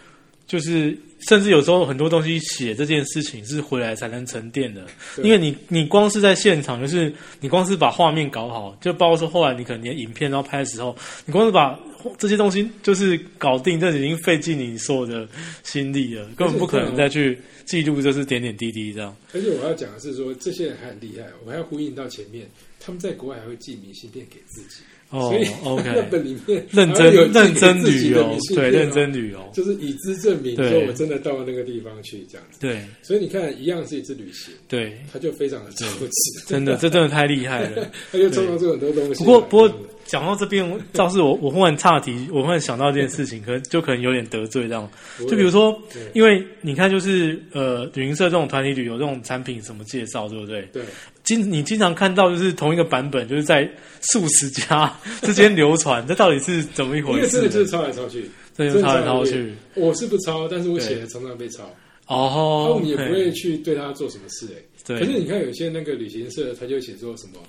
S2: 就是，甚至有时候很多东西写这件事情是回来才能沉淀的，
S1: 对
S2: 因为你你光是在现场，就是你光是把画面搞好，就包括说后来你可能你的影片要拍的时候，你光是把这些东西就是搞定，这已经费尽你所有的心力了，根本不可能再去记录就是点点滴滴这样。
S1: 而且我要讲的是说，这些人还很厉害，我还要呼应到前面，他们在国外还会寄明信片给自己，
S2: 哦
S1: 所以日
S2: ，OK，
S1: 本里面
S2: 认
S1: 还
S2: 真
S1: 会有寄给
S2: 认真
S1: 自己
S2: 旅
S1: 的
S2: 游
S1: 明，信
S2: 对，
S1: 片
S2: 认
S1: 哦
S2: 真旅游，
S1: 就是以资证明，
S2: 对
S1: 说我真的到那个地方去这样子。
S2: 对
S1: 所以你看，一样是一次旅行，
S2: 对。
S1: 他就非常的着急，
S2: 真的，这真的太厉害了。
S1: 他就创造出很多东西
S2: 不
S1: 来。
S2: 过，不过
S1: 这样子
S2: 讲到这边，我倒是我我忽然岔题，我忽然想到一件事情，可能就可能有点得罪这样。
S1: 不会
S2: 就比如说
S1: 对，
S2: 因为你看，就是呃，旅行社这种团体旅游这种产品什么介绍，对不对？
S1: 对
S2: 经你经常看到就是同一个版本，就是在数十家 之间流传，这到底是怎么一
S1: 因
S2: 回
S1: 为真
S2: 事
S1: 的就
S2: 呢？
S1: 是抄来抄去，
S2: 这
S1: 真的
S2: 就抄来
S1: 抄
S2: 抄
S1: 来
S2: 去。
S1: 我是不抄，但是我写的常常被抄，那
S2: 哦
S1: 我，们也不
S2: 嘿
S1: 会去对他做什么事哎。
S2: 对
S1: 可是你看，有些那个旅行社，他就写说什么，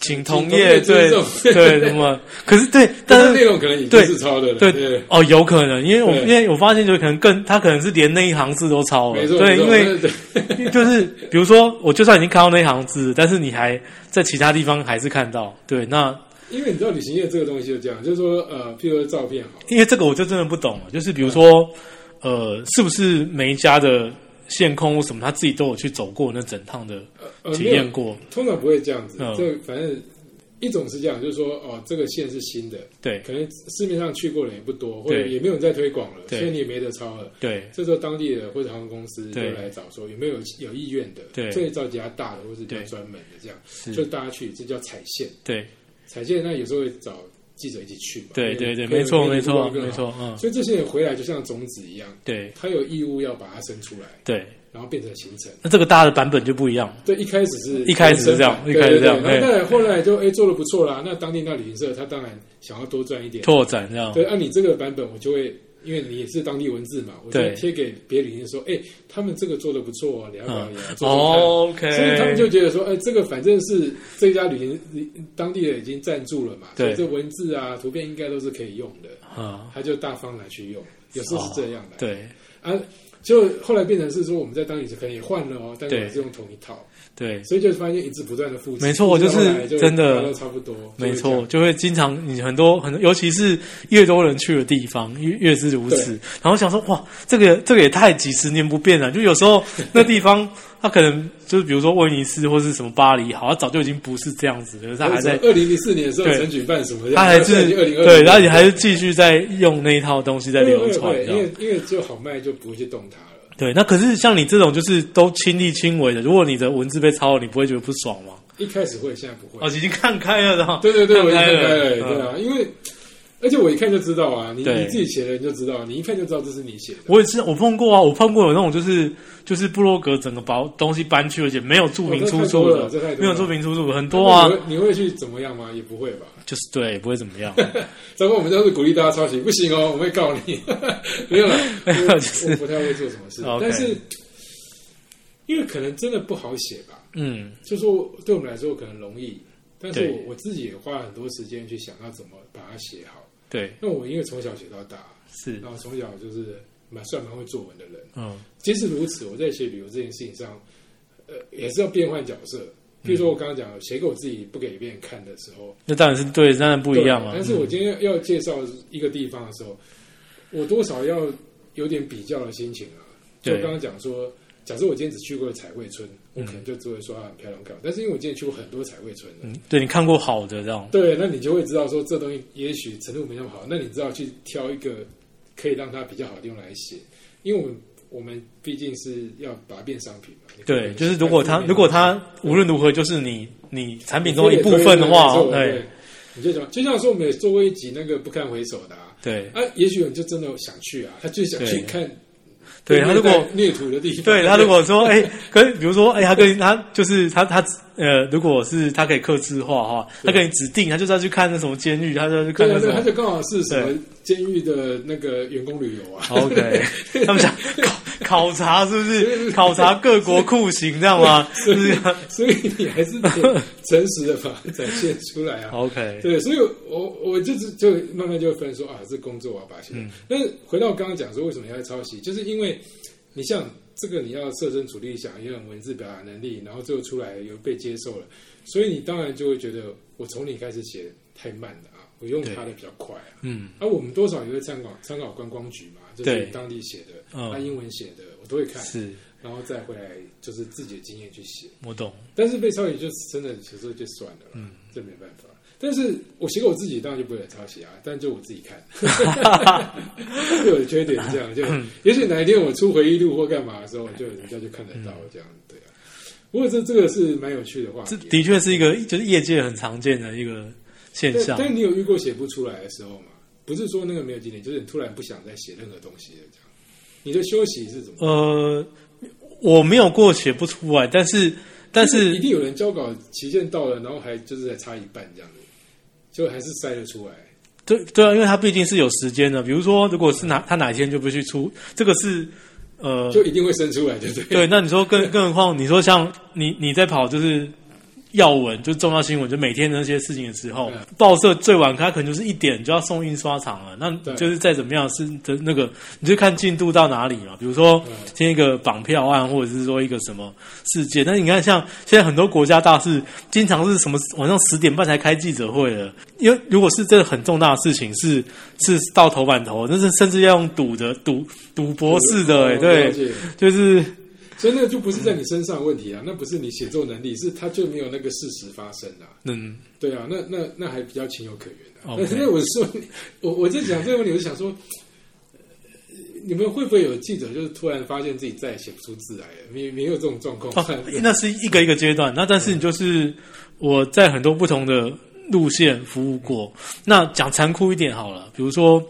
S2: 请
S1: 同
S2: 同业
S1: 业尊
S2: 对
S1: 重
S2: 对 什么？可是对，但
S1: 但是
S2: 是
S1: 内容可能已经
S2: 对
S1: 是抄的了。
S2: 对
S1: 对，
S2: 哦，有可能，因为我
S1: 对
S2: 因为我发现，就可能更他可能是连那一行字都抄了，
S1: 没错，
S2: 哦对，
S1: 没错
S2: 因为
S1: 对
S2: 就是比如说，我就算已经看到那一行字，但是你还在其他地方还是看到，对，那
S1: 因为你知道旅行业这个东西就这样，就是说呃，譬如说照片好了，
S2: 因为这个我就真的不懂了，就是比如说，呃，是不是每一家的线控或什么，他自己都有去走过那整趟的
S1: 呃，
S2: 体
S1: 没有
S2: 验过，
S1: 通常不会这样子
S2: 嗯。
S1: 这反正一种是这样，就是说哦，这个线是新的，
S2: 对
S1: 可能市面上去过的人也不多，或者
S2: 对
S1: 也没有人在推广了，所
S2: 对
S1: 以你也没得抄了。
S2: 对
S1: 这时候当地的或者航空公司就
S2: 对
S1: 来找说有没有有意愿的，
S2: 对
S1: 这个找几家大的或是比较
S2: 对
S1: 专门的这样，
S2: 是
S1: 就大家去，这叫踩线。
S2: 对
S1: 踩线那有时候会找记者一起去嘛，
S2: 对
S1: 因为
S2: 对对，
S1: 可以
S2: 没错
S1: 可以
S2: 没错
S1: 曝光更
S2: 没
S1: 好。
S2: 错，嗯，
S1: 所以这些人回来就像种子一样，
S2: 对
S1: 他有义务要把它生出来，
S2: 对，
S1: 然后变成行程。
S2: 那这个大家的版本就不一样，
S1: 对，一开始是
S2: 一开始是这样
S1: 对
S2: 一开始是这样
S1: 对对然后
S2: 嘿
S1: 但后来就哎做的不错啦，那当地那旅行社他当然想要多赚一点，
S2: 拓展这样，
S1: 对，按、啊你这个版本，我就会因为你也是当地文字嘛，我就会
S2: 对
S1: 贴给别人说，哎、他们这个做的不错哦，你要不要
S2: 嗯
S1: 也来做做看？
S2: 哦，OK，
S1: 所以他们就觉得说，哎、这个反正是这家旅行旅当地的已经赞助了嘛，所以
S2: 对
S1: 这文字啊、图片应该都是可以用的，
S2: 嗯，
S1: 他就大方来去用，有时候是这样的、
S2: 哦对
S1: 啊。就后来变成是说，我们在当地可能也换了哦，但是
S2: 对
S1: 还是用同一套，
S2: 对。
S1: 所以就发现一直不断的复制。
S2: 没错
S1: 一直到
S2: 就是
S1: 后来就
S2: 真的
S1: 大家都差不多。就会
S2: 没
S1: 这
S2: 错，
S1: 样，
S2: 就会经常你很多很多，尤其是越多人去的地方，越越是如此。然后想说，哇，这个这个也太几十年不变了。就有 时候那地方，它可能就是比如说威尼斯或是什么巴黎，好，它早就已经不是这样子，可是它还在，
S1: 二零零四年的时候，
S2: 对
S1: 陈举办什么？
S2: 它还是
S1: 二零二
S2: 对，然后你还是继续在用那一套东西在
S1: 对
S2: 流
S1: 对对，
S2: 传。这
S1: 因
S2: 样
S1: 为因为就好卖就不会去动它了。
S2: 对，那可是像你这种就是都亲力亲为的，如果你的文字被抄了，你不会觉得不爽吗？
S1: 一开始会，现在不会。
S2: 哦，已经看开了，然后
S1: 对对对，我
S2: 看
S1: 一
S2: 开
S1: 看
S2: 了，
S1: 对
S2: 嗯
S1: 对啊，因为而且我一看就知道啊，你
S2: 对
S1: 你自己写的你就知道，你一看就知道这是你写的。
S2: 我也是，我碰过啊，我碰过有那种就是就是部落格整个把东西搬去，而且没有注明出处
S1: 哦这太多了这太多
S2: 的，
S1: 了
S2: 没有注明出处的很多啊
S1: 那，你会你会去怎么样吗？也不会吧。
S2: 就是对，不会怎么 样，
S1: 咱们我们都是鼓励大家抄袭，不行哦，我们会告你。 没有了，
S2: 没有
S1: 我
S2: 就是
S1: 我不太会做什么事，
S2: OK
S1: 但是因为可能真的不好写吧，
S2: 嗯，
S1: 就说对我们来说可能容易，但是
S2: 对
S1: 我我自己也花了很多时间去想要怎么把它写好。
S2: 对，
S1: 那我因为从小写到大，
S2: 是，
S1: 然后从小就是蛮算蛮会作文的人。
S2: 嗯，
S1: 即使如此，我在写旅游这件事情上，呃，也是要变换角色。比如说我刚刚讲写给我自己不给别人看的时候，
S2: 那当然是对，当然不一样
S1: 对
S2: 啊，
S1: 但是我
S2: 嗯
S1: 今天要介绍一个地方的时候，我多少要有点比较的心情啊。就
S2: 对嗯
S1: 刚刚讲说，假设我今天只去过彩绘村，我可能就只会说它啊很漂亮看。但是因为我今天去过很多彩绘村了，
S2: 嗯对你看过好的这样，
S1: 对，那你就会知道说这东西也许程度没那么好，那你知道去挑一个可以让它比较好的用来写，因为我们我们毕竟是要把它变商品嘛。你不可
S2: 对，
S1: 能
S2: 就是如果
S1: 把
S2: 它
S1: 它变
S2: 如果它
S1: 成
S2: 无论如何就是你你产品中的一部分的话哦哎
S1: 对，对对对
S2: 对
S1: 对，你就想，就像说我们也做过一集那个不看回首的啊，
S2: 对
S1: 啊，也许你就真的想去啊，他就想去
S2: 对
S1: 看
S2: 对，他如果
S1: 虐土的地方，
S2: 对他如果说，哎、跟比如说，哎、他跟他就是他他呃，如果是他可以克制化哈，他给你指定，他就是要去看那什么监狱，他就要去 看
S1: 对
S2: 那
S1: 啊，
S2: 什
S1: 对啊，
S2: 么
S1: 他。就刚好是什么监狱的那个员工旅游啊，
S2: OK，他们想考考察是不是？考察各国酷刑这样吗？
S1: 所
S2: 是不
S1: 以
S2: 是
S1: 所以你还 是得诚实的把它展现出来啊。
S2: ？OK，
S1: 对，所以我我就是就慢慢就分说啊，这工作啊，把戏。
S2: 嗯
S1: 但是回到我刚刚讲说为什么要抄袭，就是因为你像这个你要设身处地想，也有文字表达能力，然后最后出来有被接受了，所以你当然就会觉得我从你开始写太慢了啊，我用他的比较快啊。
S2: 嗯，
S1: 啊，我们多少也会参考参考观光局嘛，就是
S2: 对
S1: 当地写的，
S2: 嗯
S1: 他英文写的我都会看，
S2: 是
S1: 然后再回来就是自己的经验去写。
S2: 我懂。
S1: 但是被抄袭就真的有时候就算了啦，
S2: 嗯
S1: 这没办法。但是我写给我自己，当然就不会有抄袭啊，但就我自己看， 就有缺点这样，就也许哪一天我出回忆录或干嘛的时候，就人家就看得到这样，对啊。不过这这个是蛮有趣的话
S2: 这
S1: 题，啊
S2: 的确是一个，就是业界很常见的一个现
S1: 但
S2: 象。
S1: 但你有遇过写不出来的时候吗？不是说那个没有经典，就是你突然不想再写任何东西了这样。你的休息是怎么？
S2: 呃，我没有过写不出来，但是但
S1: 就是一
S2: 是
S1: 定有人交稿期限到了，然后还就是还差一半这样子，就还是塞得出来。
S2: 对对啊，因为它毕竟是有时间的。比如说，如果是哪他哪一天就必须出，这个是 呃
S1: 就一定会生出来，对不对？
S2: 对。那你说更更何况你说像你你在跑就是。要闻就是重要新闻，就每天的那些事情的时候
S1: 嗯，
S2: 报社最晚它可能就是一点就要送印刷厂了。那
S1: 对
S2: 就是再怎么样是的那个，你就看进度到哪里了。比如说
S1: 嗯
S2: 今天一个绑票案，或者是说一个什么事件。但是你看，像现在很多国家大事，经常是什么晚上十点半才开记者会了。因为如果是这个很重大的事情，是是到头版头，那是甚至要用赌的赌赌博式的、欸，
S1: 哦
S2: 对
S1: 了，解
S2: 就是
S1: 所以那个就不是在你身上的问题啊，那不是你写作能力，是它就没有那个事实发生啊。
S2: 嗯，
S1: 对啊，那那那还比较情有可原的、啊。
S2: OK
S1: 那我说你，我我在讲这个问题，我就想说，呃你们会不会有记者就是突然发现自己再也写不出字来了？没没有这种状况？
S2: 哦，那是一个一个阶段。那但是你就是我在很多不同的路线服务过。那讲残酷一点好了，比如说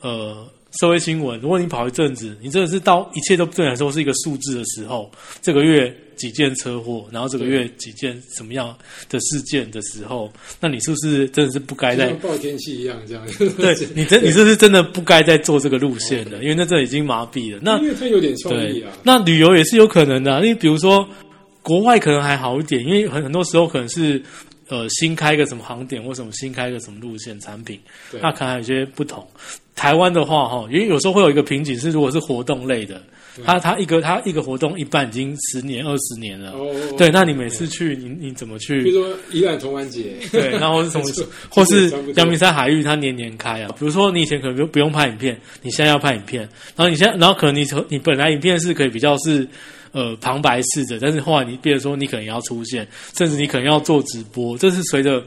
S2: 呃社会新闻，如果你跑一阵子，你真的是到一切都对你来说是一个数字的时候，这个月几件车祸，然后这个月几件什么样的事件的时候，那你是不是真的是啊不该
S1: 就
S2: 在
S1: 像报天气一样这样。
S2: 对 你真你是不是真的不该再做这个路线了？因为那这已经麻痹了。那
S1: 因为它有点创意
S2: 对
S1: 啊，。
S2: 那旅游也是有可能的啊、因为比如说国外可能还好一点，因为很很多时候可能是呃新开个什么航点或什么新开个什么路线产品，
S1: 对
S2: 那可能还有一些不同。台湾的话，哈，因为有时候会有一个瓶颈是，如果是活动类的，它它一个它一个活动一办已经十年二十年了，
S1: 哦
S2: 对，那你每次去你你怎么去？
S1: 比如说宜兰同安 节，
S2: 对，然后是从或是阳明山海域，它年年开啊。比如说你以前可能不不用拍影片，你现在要拍影片，然后你现在，然后可能你从你本来影片是可以比较是呃旁白式的，但是后来你变成说你可能要出现，甚至你可能要做直播，这是随着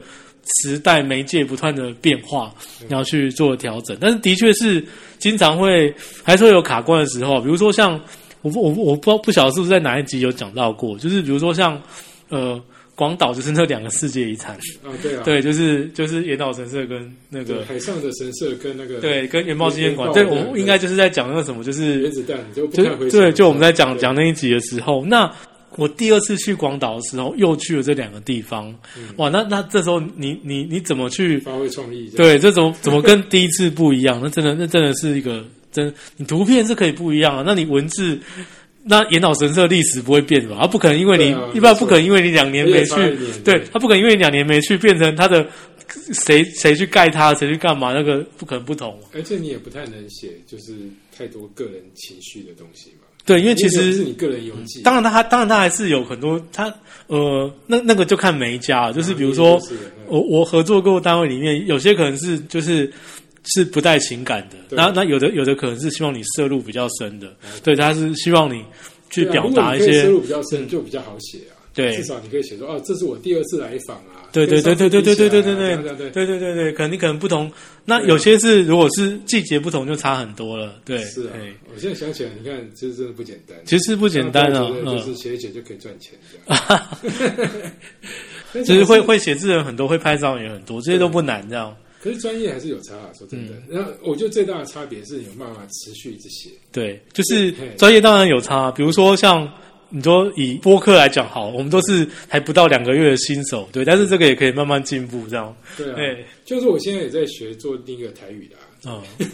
S2: 时代媒介不断的变化，你要去做调整。但是的确是经常会还是会有卡关的时候，比如说像我不我不我不知道不晓得是不是在哪一集有讲到过，就是比如说像呃。广岛就是那两个世界遗产，
S1: 啊，对啊，
S2: 对，就是就是岩岛神社跟那
S1: 对
S2: 个
S1: 海上的神社跟那个
S2: 对跟原爆纪念
S1: 原
S2: 馆，
S1: 爆
S2: 对
S1: 对
S2: 我们应该就是在讲那个什么，就
S1: 原
S2: 是
S1: 子弹，你就不
S2: 就
S1: 看回首
S2: 对，就我们在讲
S1: 对
S2: 讲那一集的时候，那我第二次去广岛的时候，又去了这两个地方，哇，那那这时候你你你怎么去？
S1: 发挥创意这样。
S2: 对，这怎么怎 么跟第一次不一样？那真的那真的是一个真，你图片是可以不一样啊，那你文字。那岩岛神社历史不会变吧？它不可能因为你、
S1: 对啊
S2: 一般
S1: 没
S2: 不
S1: 错
S2: 可能因为你两年没去
S1: 而且差一年，
S2: 对
S1: 对
S2: 他不可能因为两年没去变成他的谁谁去盖他，谁去干嘛，那个不可能不同。啊
S1: 而且你也不太能写，就是太多个人情绪的东西嘛。
S2: 对，因为其
S1: 不是
S2: 实
S1: 你个人游记，
S2: 当然他当然他还是有很多他呃那那个就看每一家了，就是比如说
S1: 就是嗯
S2: 我我合作过单位里面有些可能是就是。是不带情感的，
S1: 对嗯
S2: 那那有的有的可能是希望你摄入比较深的，对，他是希望你去
S1: 对啊
S2: 表达一
S1: 如果你可以
S2: 些嗯
S1: 深入比较深，就比较好写啊。
S2: 对
S1: 至少你可以写说，哦，这是我第二次来访啊。
S2: 对对对对对对对对对
S1: 对
S2: 对
S1: 啊对啊
S2: 对对对对，可能你可能不同，那有些是如果是季节不同就差很多了，对，
S1: 是啊
S2: 对，
S1: 我现在想起来，你看，其实真的不简单。
S2: 其实不
S1: 不
S2: 简单啊，
S1: 就是
S2: 嗯，
S1: 写一写就可以赚钱这样。但
S2: 就是会
S1: 还
S2: 会写字的人很多，会拍照的人也很多，这些都不难这样。
S1: 可是专业还是有差啊，说真的。
S2: 嗯
S1: 然后我觉得最大的差别是有办法持续一直写，
S2: 对，就是
S1: 对
S2: 专业当然有差，比如说像你说以播客来讲，好，我们都是还不到两个月的新手，对，但是这个也可以慢慢进步，这样。
S1: 对啊。
S2: 对，
S1: 就是我现在也在学做另一个台语的、啊，
S2: 嗯，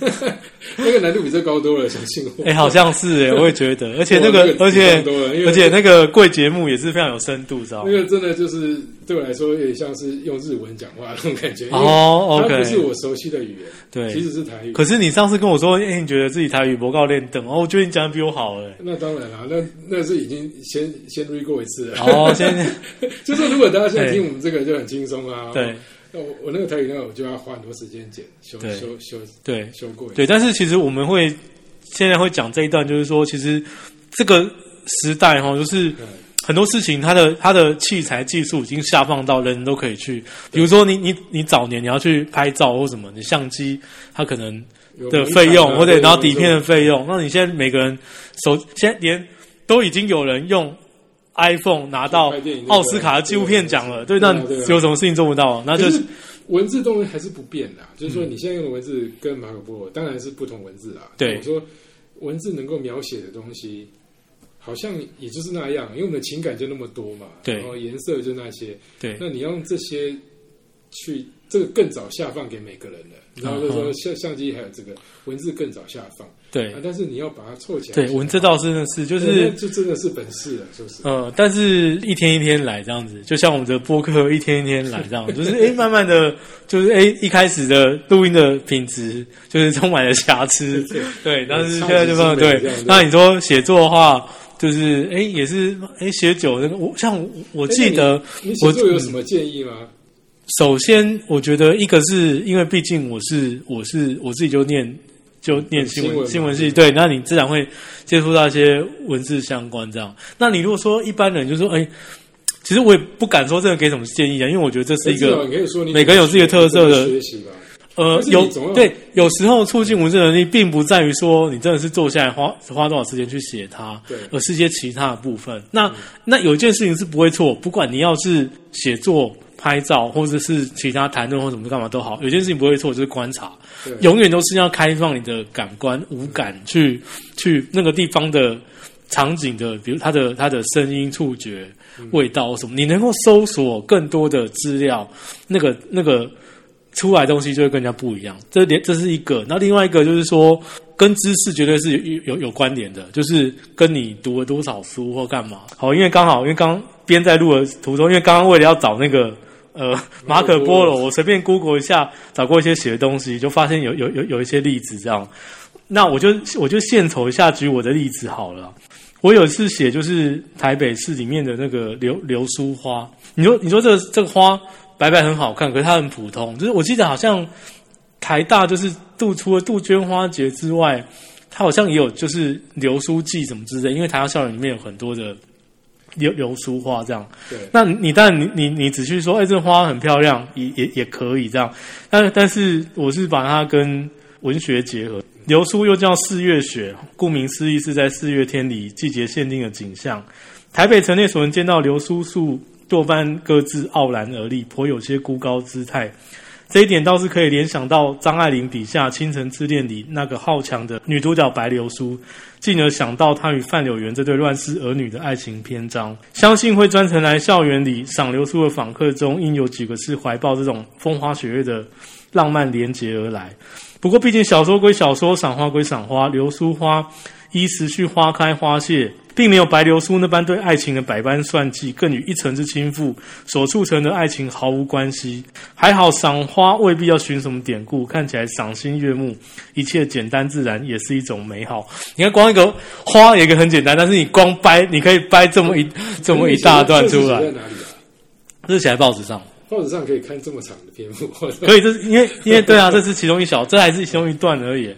S1: 那个难度比这高多了，相信我。
S2: 哎、好像是哎、我也觉得，而且那
S1: 哇
S2: 个，而
S1: 那
S2: 且
S1: 紧张多了因为
S2: 而且那个贵节目也是非常有深度，知道
S1: 那
S2: 吗？
S1: 个真的就是对我来说有点像是用日文讲话那种感觉，因为
S2: 哦
S1: 它不
S2: ，OK
S1: 是我熟悉的语言，其
S2: 对。
S1: 实是台语。
S2: 可是你上次跟我说，哎、你觉得自己台语不够练等哦，我觉得你讲的比我好哎、
S1: 那当然啦、那那是已经先先 re 过一次了。
S2: 哦，现在
S1: 就是如果大家现在
S2: 对
S1: 听我们这个就很轻松啊。
S2: 对
S1: 那我我那个台语那个我就要花很多时间剪修
S2: 对
S1: 修修
S2: 对
S1: 修过一次。
S2: 对，但是其实我们会现在会讲这一段，就是说，其实这个时代哈，就是
S1: 对
S2: 很多事情，它的它的器材技术已经下放到人人都可以去。比如说你，你你早年你要去拍照或什么，你相机它可能
S1: 有
S2: 的
S1: 门槛
S2: 费用
S1: 啊
S2: 或者
S1: 对
S2: 然后底片
S1: 没
S2: 的费用，那你现在每个人手现在连都已经有人用 iPhone 拿到
S1: 拍电影
S2: 奥斯卡的纪录片奖了，对，那
S1: 对啊对啊
S2: 有什么事情做不到？那
S1: 错
S2: 就嗯
S1: 可
S2: 是
S1: 是文字东西还是不变的啊、就是说你现在用的文字跟马可波罗当然是不同文字啊。
S2: 对
S1: 我说文字能够描写的东西，好像也就是那样，因为我们的情感就那么多嘛。
S2: 对
S1: 然后颜色就那些，
S2: 对
S1: 那你要用这些去，这个更早下放给每个人了。然后就
S2: 嗯
S1: 说
S2: 哼
S1: 相相机还有这个文字更早下放，
S2: 对
S1: 啊，但是你要把它凑起来。
S2: 对，文这倒真的是就。
S1: 就是就真的是本事了， 就是。
S2: 呃，但是一天一天来这样子，就像我们的播客一天一天来 这样，就是哎、诶慢慢的，就是哎、诶一开始的录音的品质就是充满了 瑕疵，对，但是现在就
S1: 超
S2: 放
S1: 级精美
S2: 对
S1: 这样。对
S2: 那你说写作的话，就是哎、诶也是哎、诶写久了，我像我我记得，
S1: 你写作有什么建议吗？
S2: 首先我觉得一个是因为毕竟我是我是我自己就念。就念
S1: 新
S2: 新
S1: 闻
S2: 闻
S1: 嘛
S2: 新闻系，对，那你自然会接触到一些文字相关这样。那你如果说一般人就说，哎、其实我也不敢说这个给什么建议啊，因为我觉得这是一
S1: 至少
S2: 个
S1: 你可以说你
S2: 每个人有自己的特色的
S1: 怎么学习吧。
S2: 呃
S1: 但是你
S2: 有
S1: 总要
S2: 对，有时候促进文字能力，并不在于说你真的是坐下来花花多少时间去写它
S1: 对，嗯
S2: 而是一些其他的部分。那、那有一件事情是不会错，不管你要是写作。拍照，或者是其他谈论或什么干嘛都好，有一件事情不会错，就是观察。
S1: 对嗯
S2: 永远都是要开放你的感官、五感去去那个地方的场景的，比如它的它的声音、触觉、
S1: 嗯
S2: 味道什么，你能够搜索更多的资料，那个那个出来的东西就会跟人家不一样。这连这是一个，那另外一个就是说，跟知识绝对是有有有关联的，就是跟你读了多少书或干嘛。好，因为刚好因为刚边在录的途中，因为刚刚为了要找那个。呃，马可波罗，我随便 Google 一下，找过一些写的东西，就发现有有有有一些例子这样。那我就我就献丑一下举我的例子好了。我有一次写就是台北市里面的那个流流苏花，你说你说这个这个花白白很好看，可是它很普通。就是我记得好像台大就是杜除了杜鹃花节之外，它好像也有就是流苏季什么之类，因为台大校园里面有很多的流流苏花这样。
S1: 对，
S2: 那你当然你你你只去说，哎、这花很漂亮，也也也可以这样。但但是我是把它跟文学结合。流苏又叫四月雪，顾名思义是在四月天里季节限定的景象。台北城内所能见到流苏树，多半各自傲然而立，颇有些孤高姿态。这一点倒是可以联想到张爱玲笔下《倾城之恋》里那个好强的女主角白流苏，进而想到她与范柳园这对乱世儿女的爱情篇章。相信会专程来校园里赏流苏的访客中，应有几个是怀抱这种风花雪月的浪漫连结而来。不过，毕竟小说归小说，赏花归赏花，流苏花依时序花开花谢，并没有白流苏那般对爱情的百般算计，更与一城之倾覆所促成的爱情毫无关系。还好赏花未必要寻什么典故，看起来赏心悦目，一切简单自然也是一种美好。你看，光一个花也可以很简单，但是你光掰，你可以掰这么一这么一大段出来
S1: 这是写，在哪里啊？
S2: 这是写在报纸上。
S1: 报纸上可以看这么长的篇幅，或者
S2: 可以，这是因为因为对啊，这是其中一小，这还是其中一段而已。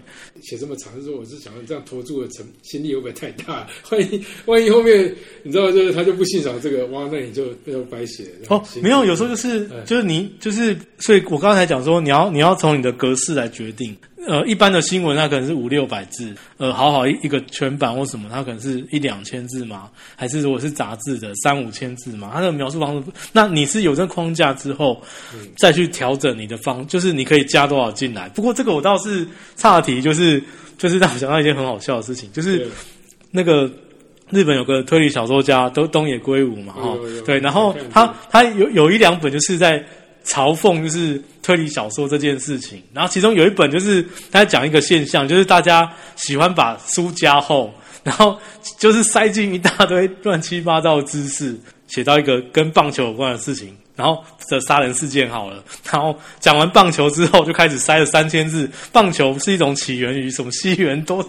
S1: 写这么长，是说我是想要这样拖住的成心力会不会太大？ 万一万一后面你知道，就是他就不欣赏这个，哇，那你就就白写了
S2: 哦，没有，有时候就是
S1: 哎
S2: 就是你就是，所以我刚才讲说，你要你要从你的格式来决定。呃，一般的新闻它可能是五六百字，呃，好好一一个全版或什么，它可能是一两千字嘛，还是如果是杂志的三五千字嘛，它的描述方式不，那你是有这个框架之后，再去调整你的方，就是你可以加多少进来。不过这个我倒是岔题，就是就是让我想到一件很好笑的事情，就是
S1: 对
S2: 那个。日本有个推理小说家东东野圭吾嘛，哈、
S1: 有有有
S2: 对，然后
S1: 看过
S2: 他他有有一两本就是在嘲讽就是推理小说这件事情，然后其中有一本就是他在讲一个现象，就是大家喜欢把书加厚，然后就是塞进一大堆乱七八糟的知识，写到一个跟棒球有关的事情。然后的杀人事件好了，然后讲完棒球之后，就开始塞了三千字。棒球是一种起源于什么西元多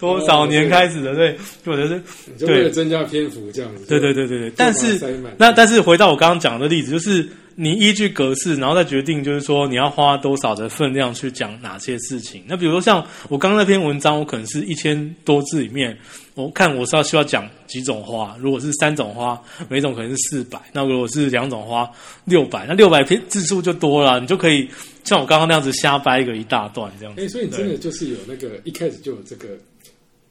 S2: 多少年开始的？对，我觉得
S1: 你就为了增加篇幅这样子。
S2: 对对对对对，但是
S1: 塞满
S2: 那但是回到我刚刚讲的例子，就是你依据格式，然后再决定就是说你要花多少的分量去讲哪些事情。那比如说像我刚刚那篇文章，我可能是一千多字里面，我看我是要需要讲几种花，如果是三种花，每种可能是四百，那如果是两种花六百，那六百篇字数就多了，啊你就可以像我刚刚那样子瞎掰一个一大段这样
S1: 哎、
S2: 子。
S1: 所以你真的就是有那个一开始就有这个，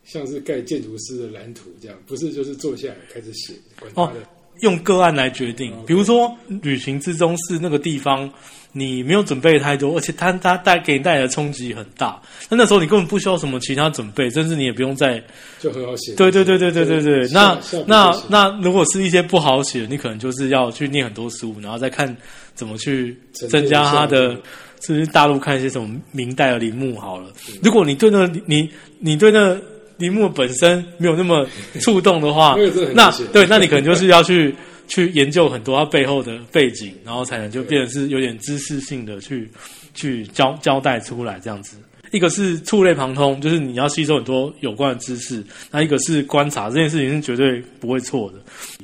S1: 像是盖建筑师的蓝图这样，不是就是坐下来开始写，管
S2: 哦
S1: 他的。
S2: 用个案来决定
S1: 哦，
S2: 比如说旅行之中是那个地方，你没有准备太多，而且它它带给你带来的冲击很大。那那时候你根本不需要什么其他准备，甚至你也不用再
S1: 就很好写。
S2: 对对对对对对对。那
S1: 下
S2: 那
S1: 下笔就写
S2: 那如果是一些不好写的，你可能就是要去念很多书，然后再看怎么去
S1: 沉淀
S2: 增
S1: 一
S2: 加
S1: 下
S2: 它的
S1: 对，
S2: 是不是大陆看一些什么明代的陵墓好了。如果你对那你你对那陵墓本身没有那么触动的话
S1: 那个真的，很
S2: 那
S1: 难写
S2: 对，那你可能就是要去。 去研究很多它背后的背景，然后才能就变成是有点知识性的去去交交代出来这样子。一个是触类旁通，就是你要吸收很多有关的知识；那一个是观察，这件事情是绝对不会错的。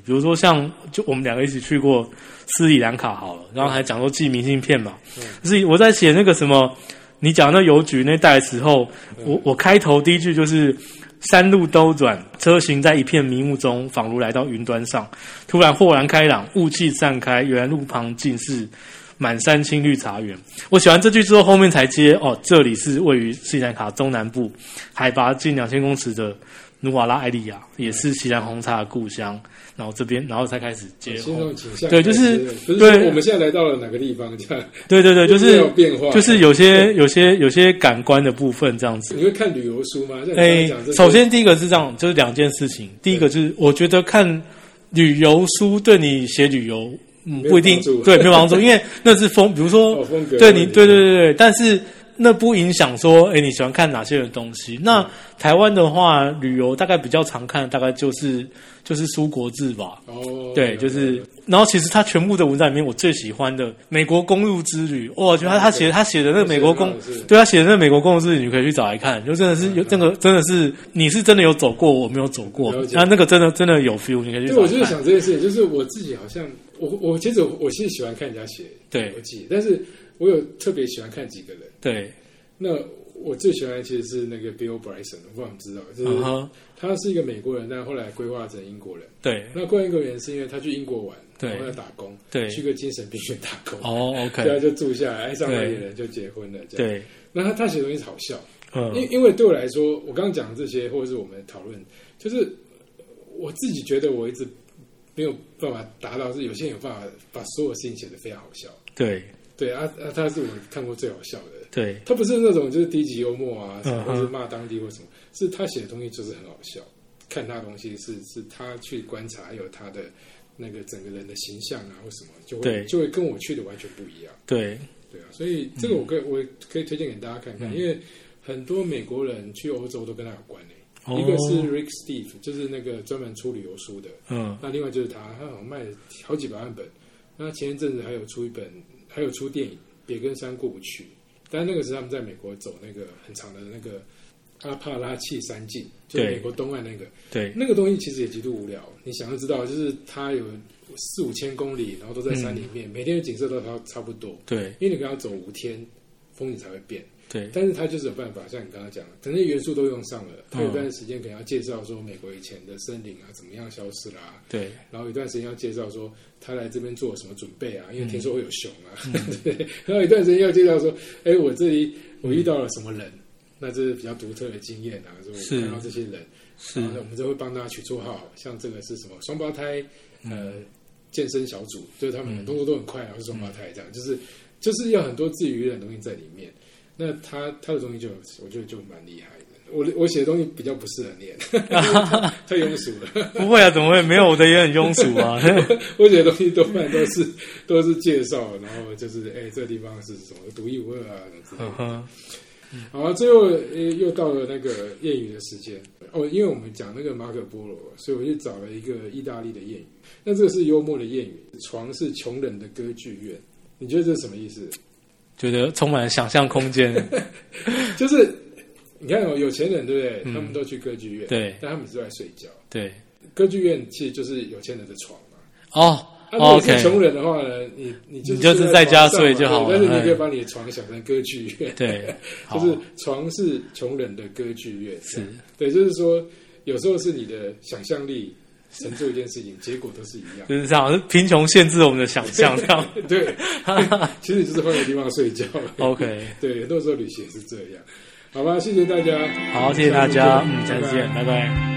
S2: 比如说像就我们两个一起去过斯里兰卡好了，然后还讲说寄明信片嘛，
S1: 嗯
S2: 就是我在写那个什么，你讲那邮局那带的时候，我我开头第一句就是。山路兜转，车行在一片迷雾中，仿如来到云端上。突然豁然开朗，雾气散开，原来路旁尽是满山青绿茶园。我写完这句之后，后面才接哦，这里是位于斯里兰卡中南部，海拔近两千公尺的努瓦拉埃利亚，也是西兰红茶的故乡。然后这边，然后才开始接哦
S1: 先
S2: 后
S1: 从倾向
S2: 对就是
S1: 开始不是
S2: 对
S1: 说我们现在来到了哪个地方这样，
S2: 对对对，就
S1: 没
S2: 是
S1: 有变化，
S2: 就是有些有些有些感官的部分这样子。
S1: 你会看旅游书吗？像
S2: 哎
S1: 你刚刚讲这，些
S2: 首先第一个是这样，就是两件事情。第一个就是我觉得看旅游书对你写旅游，嗯，
S1: 没有
S2: 不一定
S1: 帮助
S2: 对没有帮助，因为那是风，比如说、
S1: 哦风格
S2: 对
S1: 问
S2: 你
S1: 题
S2: 对对对对，但是那不影响说，哎，你喜欢看哪些的东西？那台湾的话，旅游大概比较常看，大概就是就是《苏国志》吧，
S1: 哦，
S2: 对，就是，然后其实他全部的文章里面，我最喜欢的美国公路之旅，哇，我觉得他他写他写的那个美国公
S1: 我写的那个是，
S2: 对他写的那个美国公路之旅，你可以去找来看，就真的是有这个真的是你是真的有走过，我没有走过
S1: 了，解
S2: 那那个真的真的有 feel，你可以去
S1: 对，
S2: 找
S1: 我就是
S2: 来看。
S1: 想这件事情，就是我自己好像我我其实我我其实喜欢看人家写
S2: 对
S1: 游记，但是我有特别喜欢看几个人。
S2: 对，
S1: 那我最喜欢的其实是那个 Bill Bryson，我不知道你知道，就
S2: 嗯
S1: 是
S2: 哼，
S1: 他是一个美国人，但后来规划成英国人。
S2: 对
S1: 那归英国人是因为他去英国玩，
S2: 对
S1: 然后要打工，
S2: 对
S1: 去个精神病院打工，
S2: 哦
S1: 对啊，
S2: ，OK，
S1: 就住下来，爱上那里人就结婚了。这样，
S2: 对，
S1: 那他他写的东西好笑，
S2: 嗯，
S1: 因因为对我来说，我刚刚讲的这些，或者是我们讨论，就是我自己觉得我一直没有办法达到，是有些人有办法把所有事情写得非常好笑。
S2: 对
S1: 对啊，啊他是我看过最好笑的。
S2: 对
S1: 他不是那种就是低级幽默啊，
S2: 嗯哼
S1: 或是骂当地或什么，是他写的东西就是很好笑。看他的东西是是他去观察，还有他的那个整个人的形象啊，或什么，就
S2: 对
S1: 会就会跟我去的完全不一样，
S2: 对，
S1: 对啊。所以这个我可以、
S2: 嗯
S1: 我可以推荐给大家看看，因为很多美国人去欧洲都跟他有关诶、
S2: 哦
S1: 一个是 Rick Steve，就是那个专门出旅游书的，
S2: 嗯
S1: 那另外就是他，他好像卖了好几百万本。那前一阵子还有出一本，还有出电影《别跟山过不去》，但那个是他们在美国走那个很长的那个阿帕拉契山径，就是
S2: 对
S1: 美国东岸那个。
S2: 对
S1: 那个东西其实也极度无聊。你想要知道，就是它有四五千公里，然后都在山里面，每天的景色都差差不多。
S2: 对
S1: 因为你可能要走五天，风景才会变。
S2: 对，
S1: 但是他就是有办法，像你刚刚讲，的，等那些元素都用上了，他有一段时间可能要介绍说美国以前的森林啊怎么样消失啦、
S2: 对，
S1: 然后有一段时间要介绍说他来这边做什么准备
S2: 嗯
S1: 啊，因为听说会有熊啊， 对。然后有一段时间要介绍说，哎，我这里我遇到了什么人，那这是比较独特的经验啊，说
S2: 是
S1: 我看到这些人，
S2: 是
S1: 然后呢我们就会帮大家取绰号，像这个是什么双胞胎，呃，
S2: 嗯
S1: 健身小组，就是他们的动作都很快，然后啊是双胞胎这样，就是就是要很多自娱的东西在里面。那他他的东西就我觉得就蛮厉害的。我我写的东西比较不适合念， 太庸俗了。
S2: 不会啊，怎么会没有？我的也很庸俗啊。
S1: 我写的东西多半都是都是介绍，然后就是哎、这地方是什么独一无二啊之类
S2: 嗯
S1: 的。
S2: 哼，
S1: 好啊，最后呃又到了那个谚语的时间哦，因为我们讲那个马可波罗，所以我就找了一个意大利的谚语。那这个是幽默的谚语，床是穷人的歌剧院。你觉得这是什么意思？
S2: 觉得充满想象空间。
S1: 就是你看哦，有钱人对不对？
S2: 嗯
S1: 他们都去歌剧院，
S2: 对
S1: 但他们是在睡觉。
S2: 对，
S1: 歌剧院其实就是有钱人的床嘛。
S2: 哦
S1: 啊，如果
S2: ，OK
S1: 是。穷人的话呢，你你就
S2: 你就是在家睡就好
S1: 了，
S2: 了
S1: 但是你
S2: 哎
S1: 可以把你的床想成歌剧院，
S2: 对，好
S1: 就，是床是穷人的歌剧院，
S2: 是
S1: 对，就是说有时候是你的想象力成就一件事情，结果都是一 样。
S2: 就是这样，是贫穷限制我们的想象，这 样。
S1: 对，其实就是换个地方睡觉。
S2: OK，
S1: 对，很多时候旅行是这样。好吧，谢谢大家。
S2: 好，谢谢大家，
S1: 下次见
S2: 嗯，再见，拜拜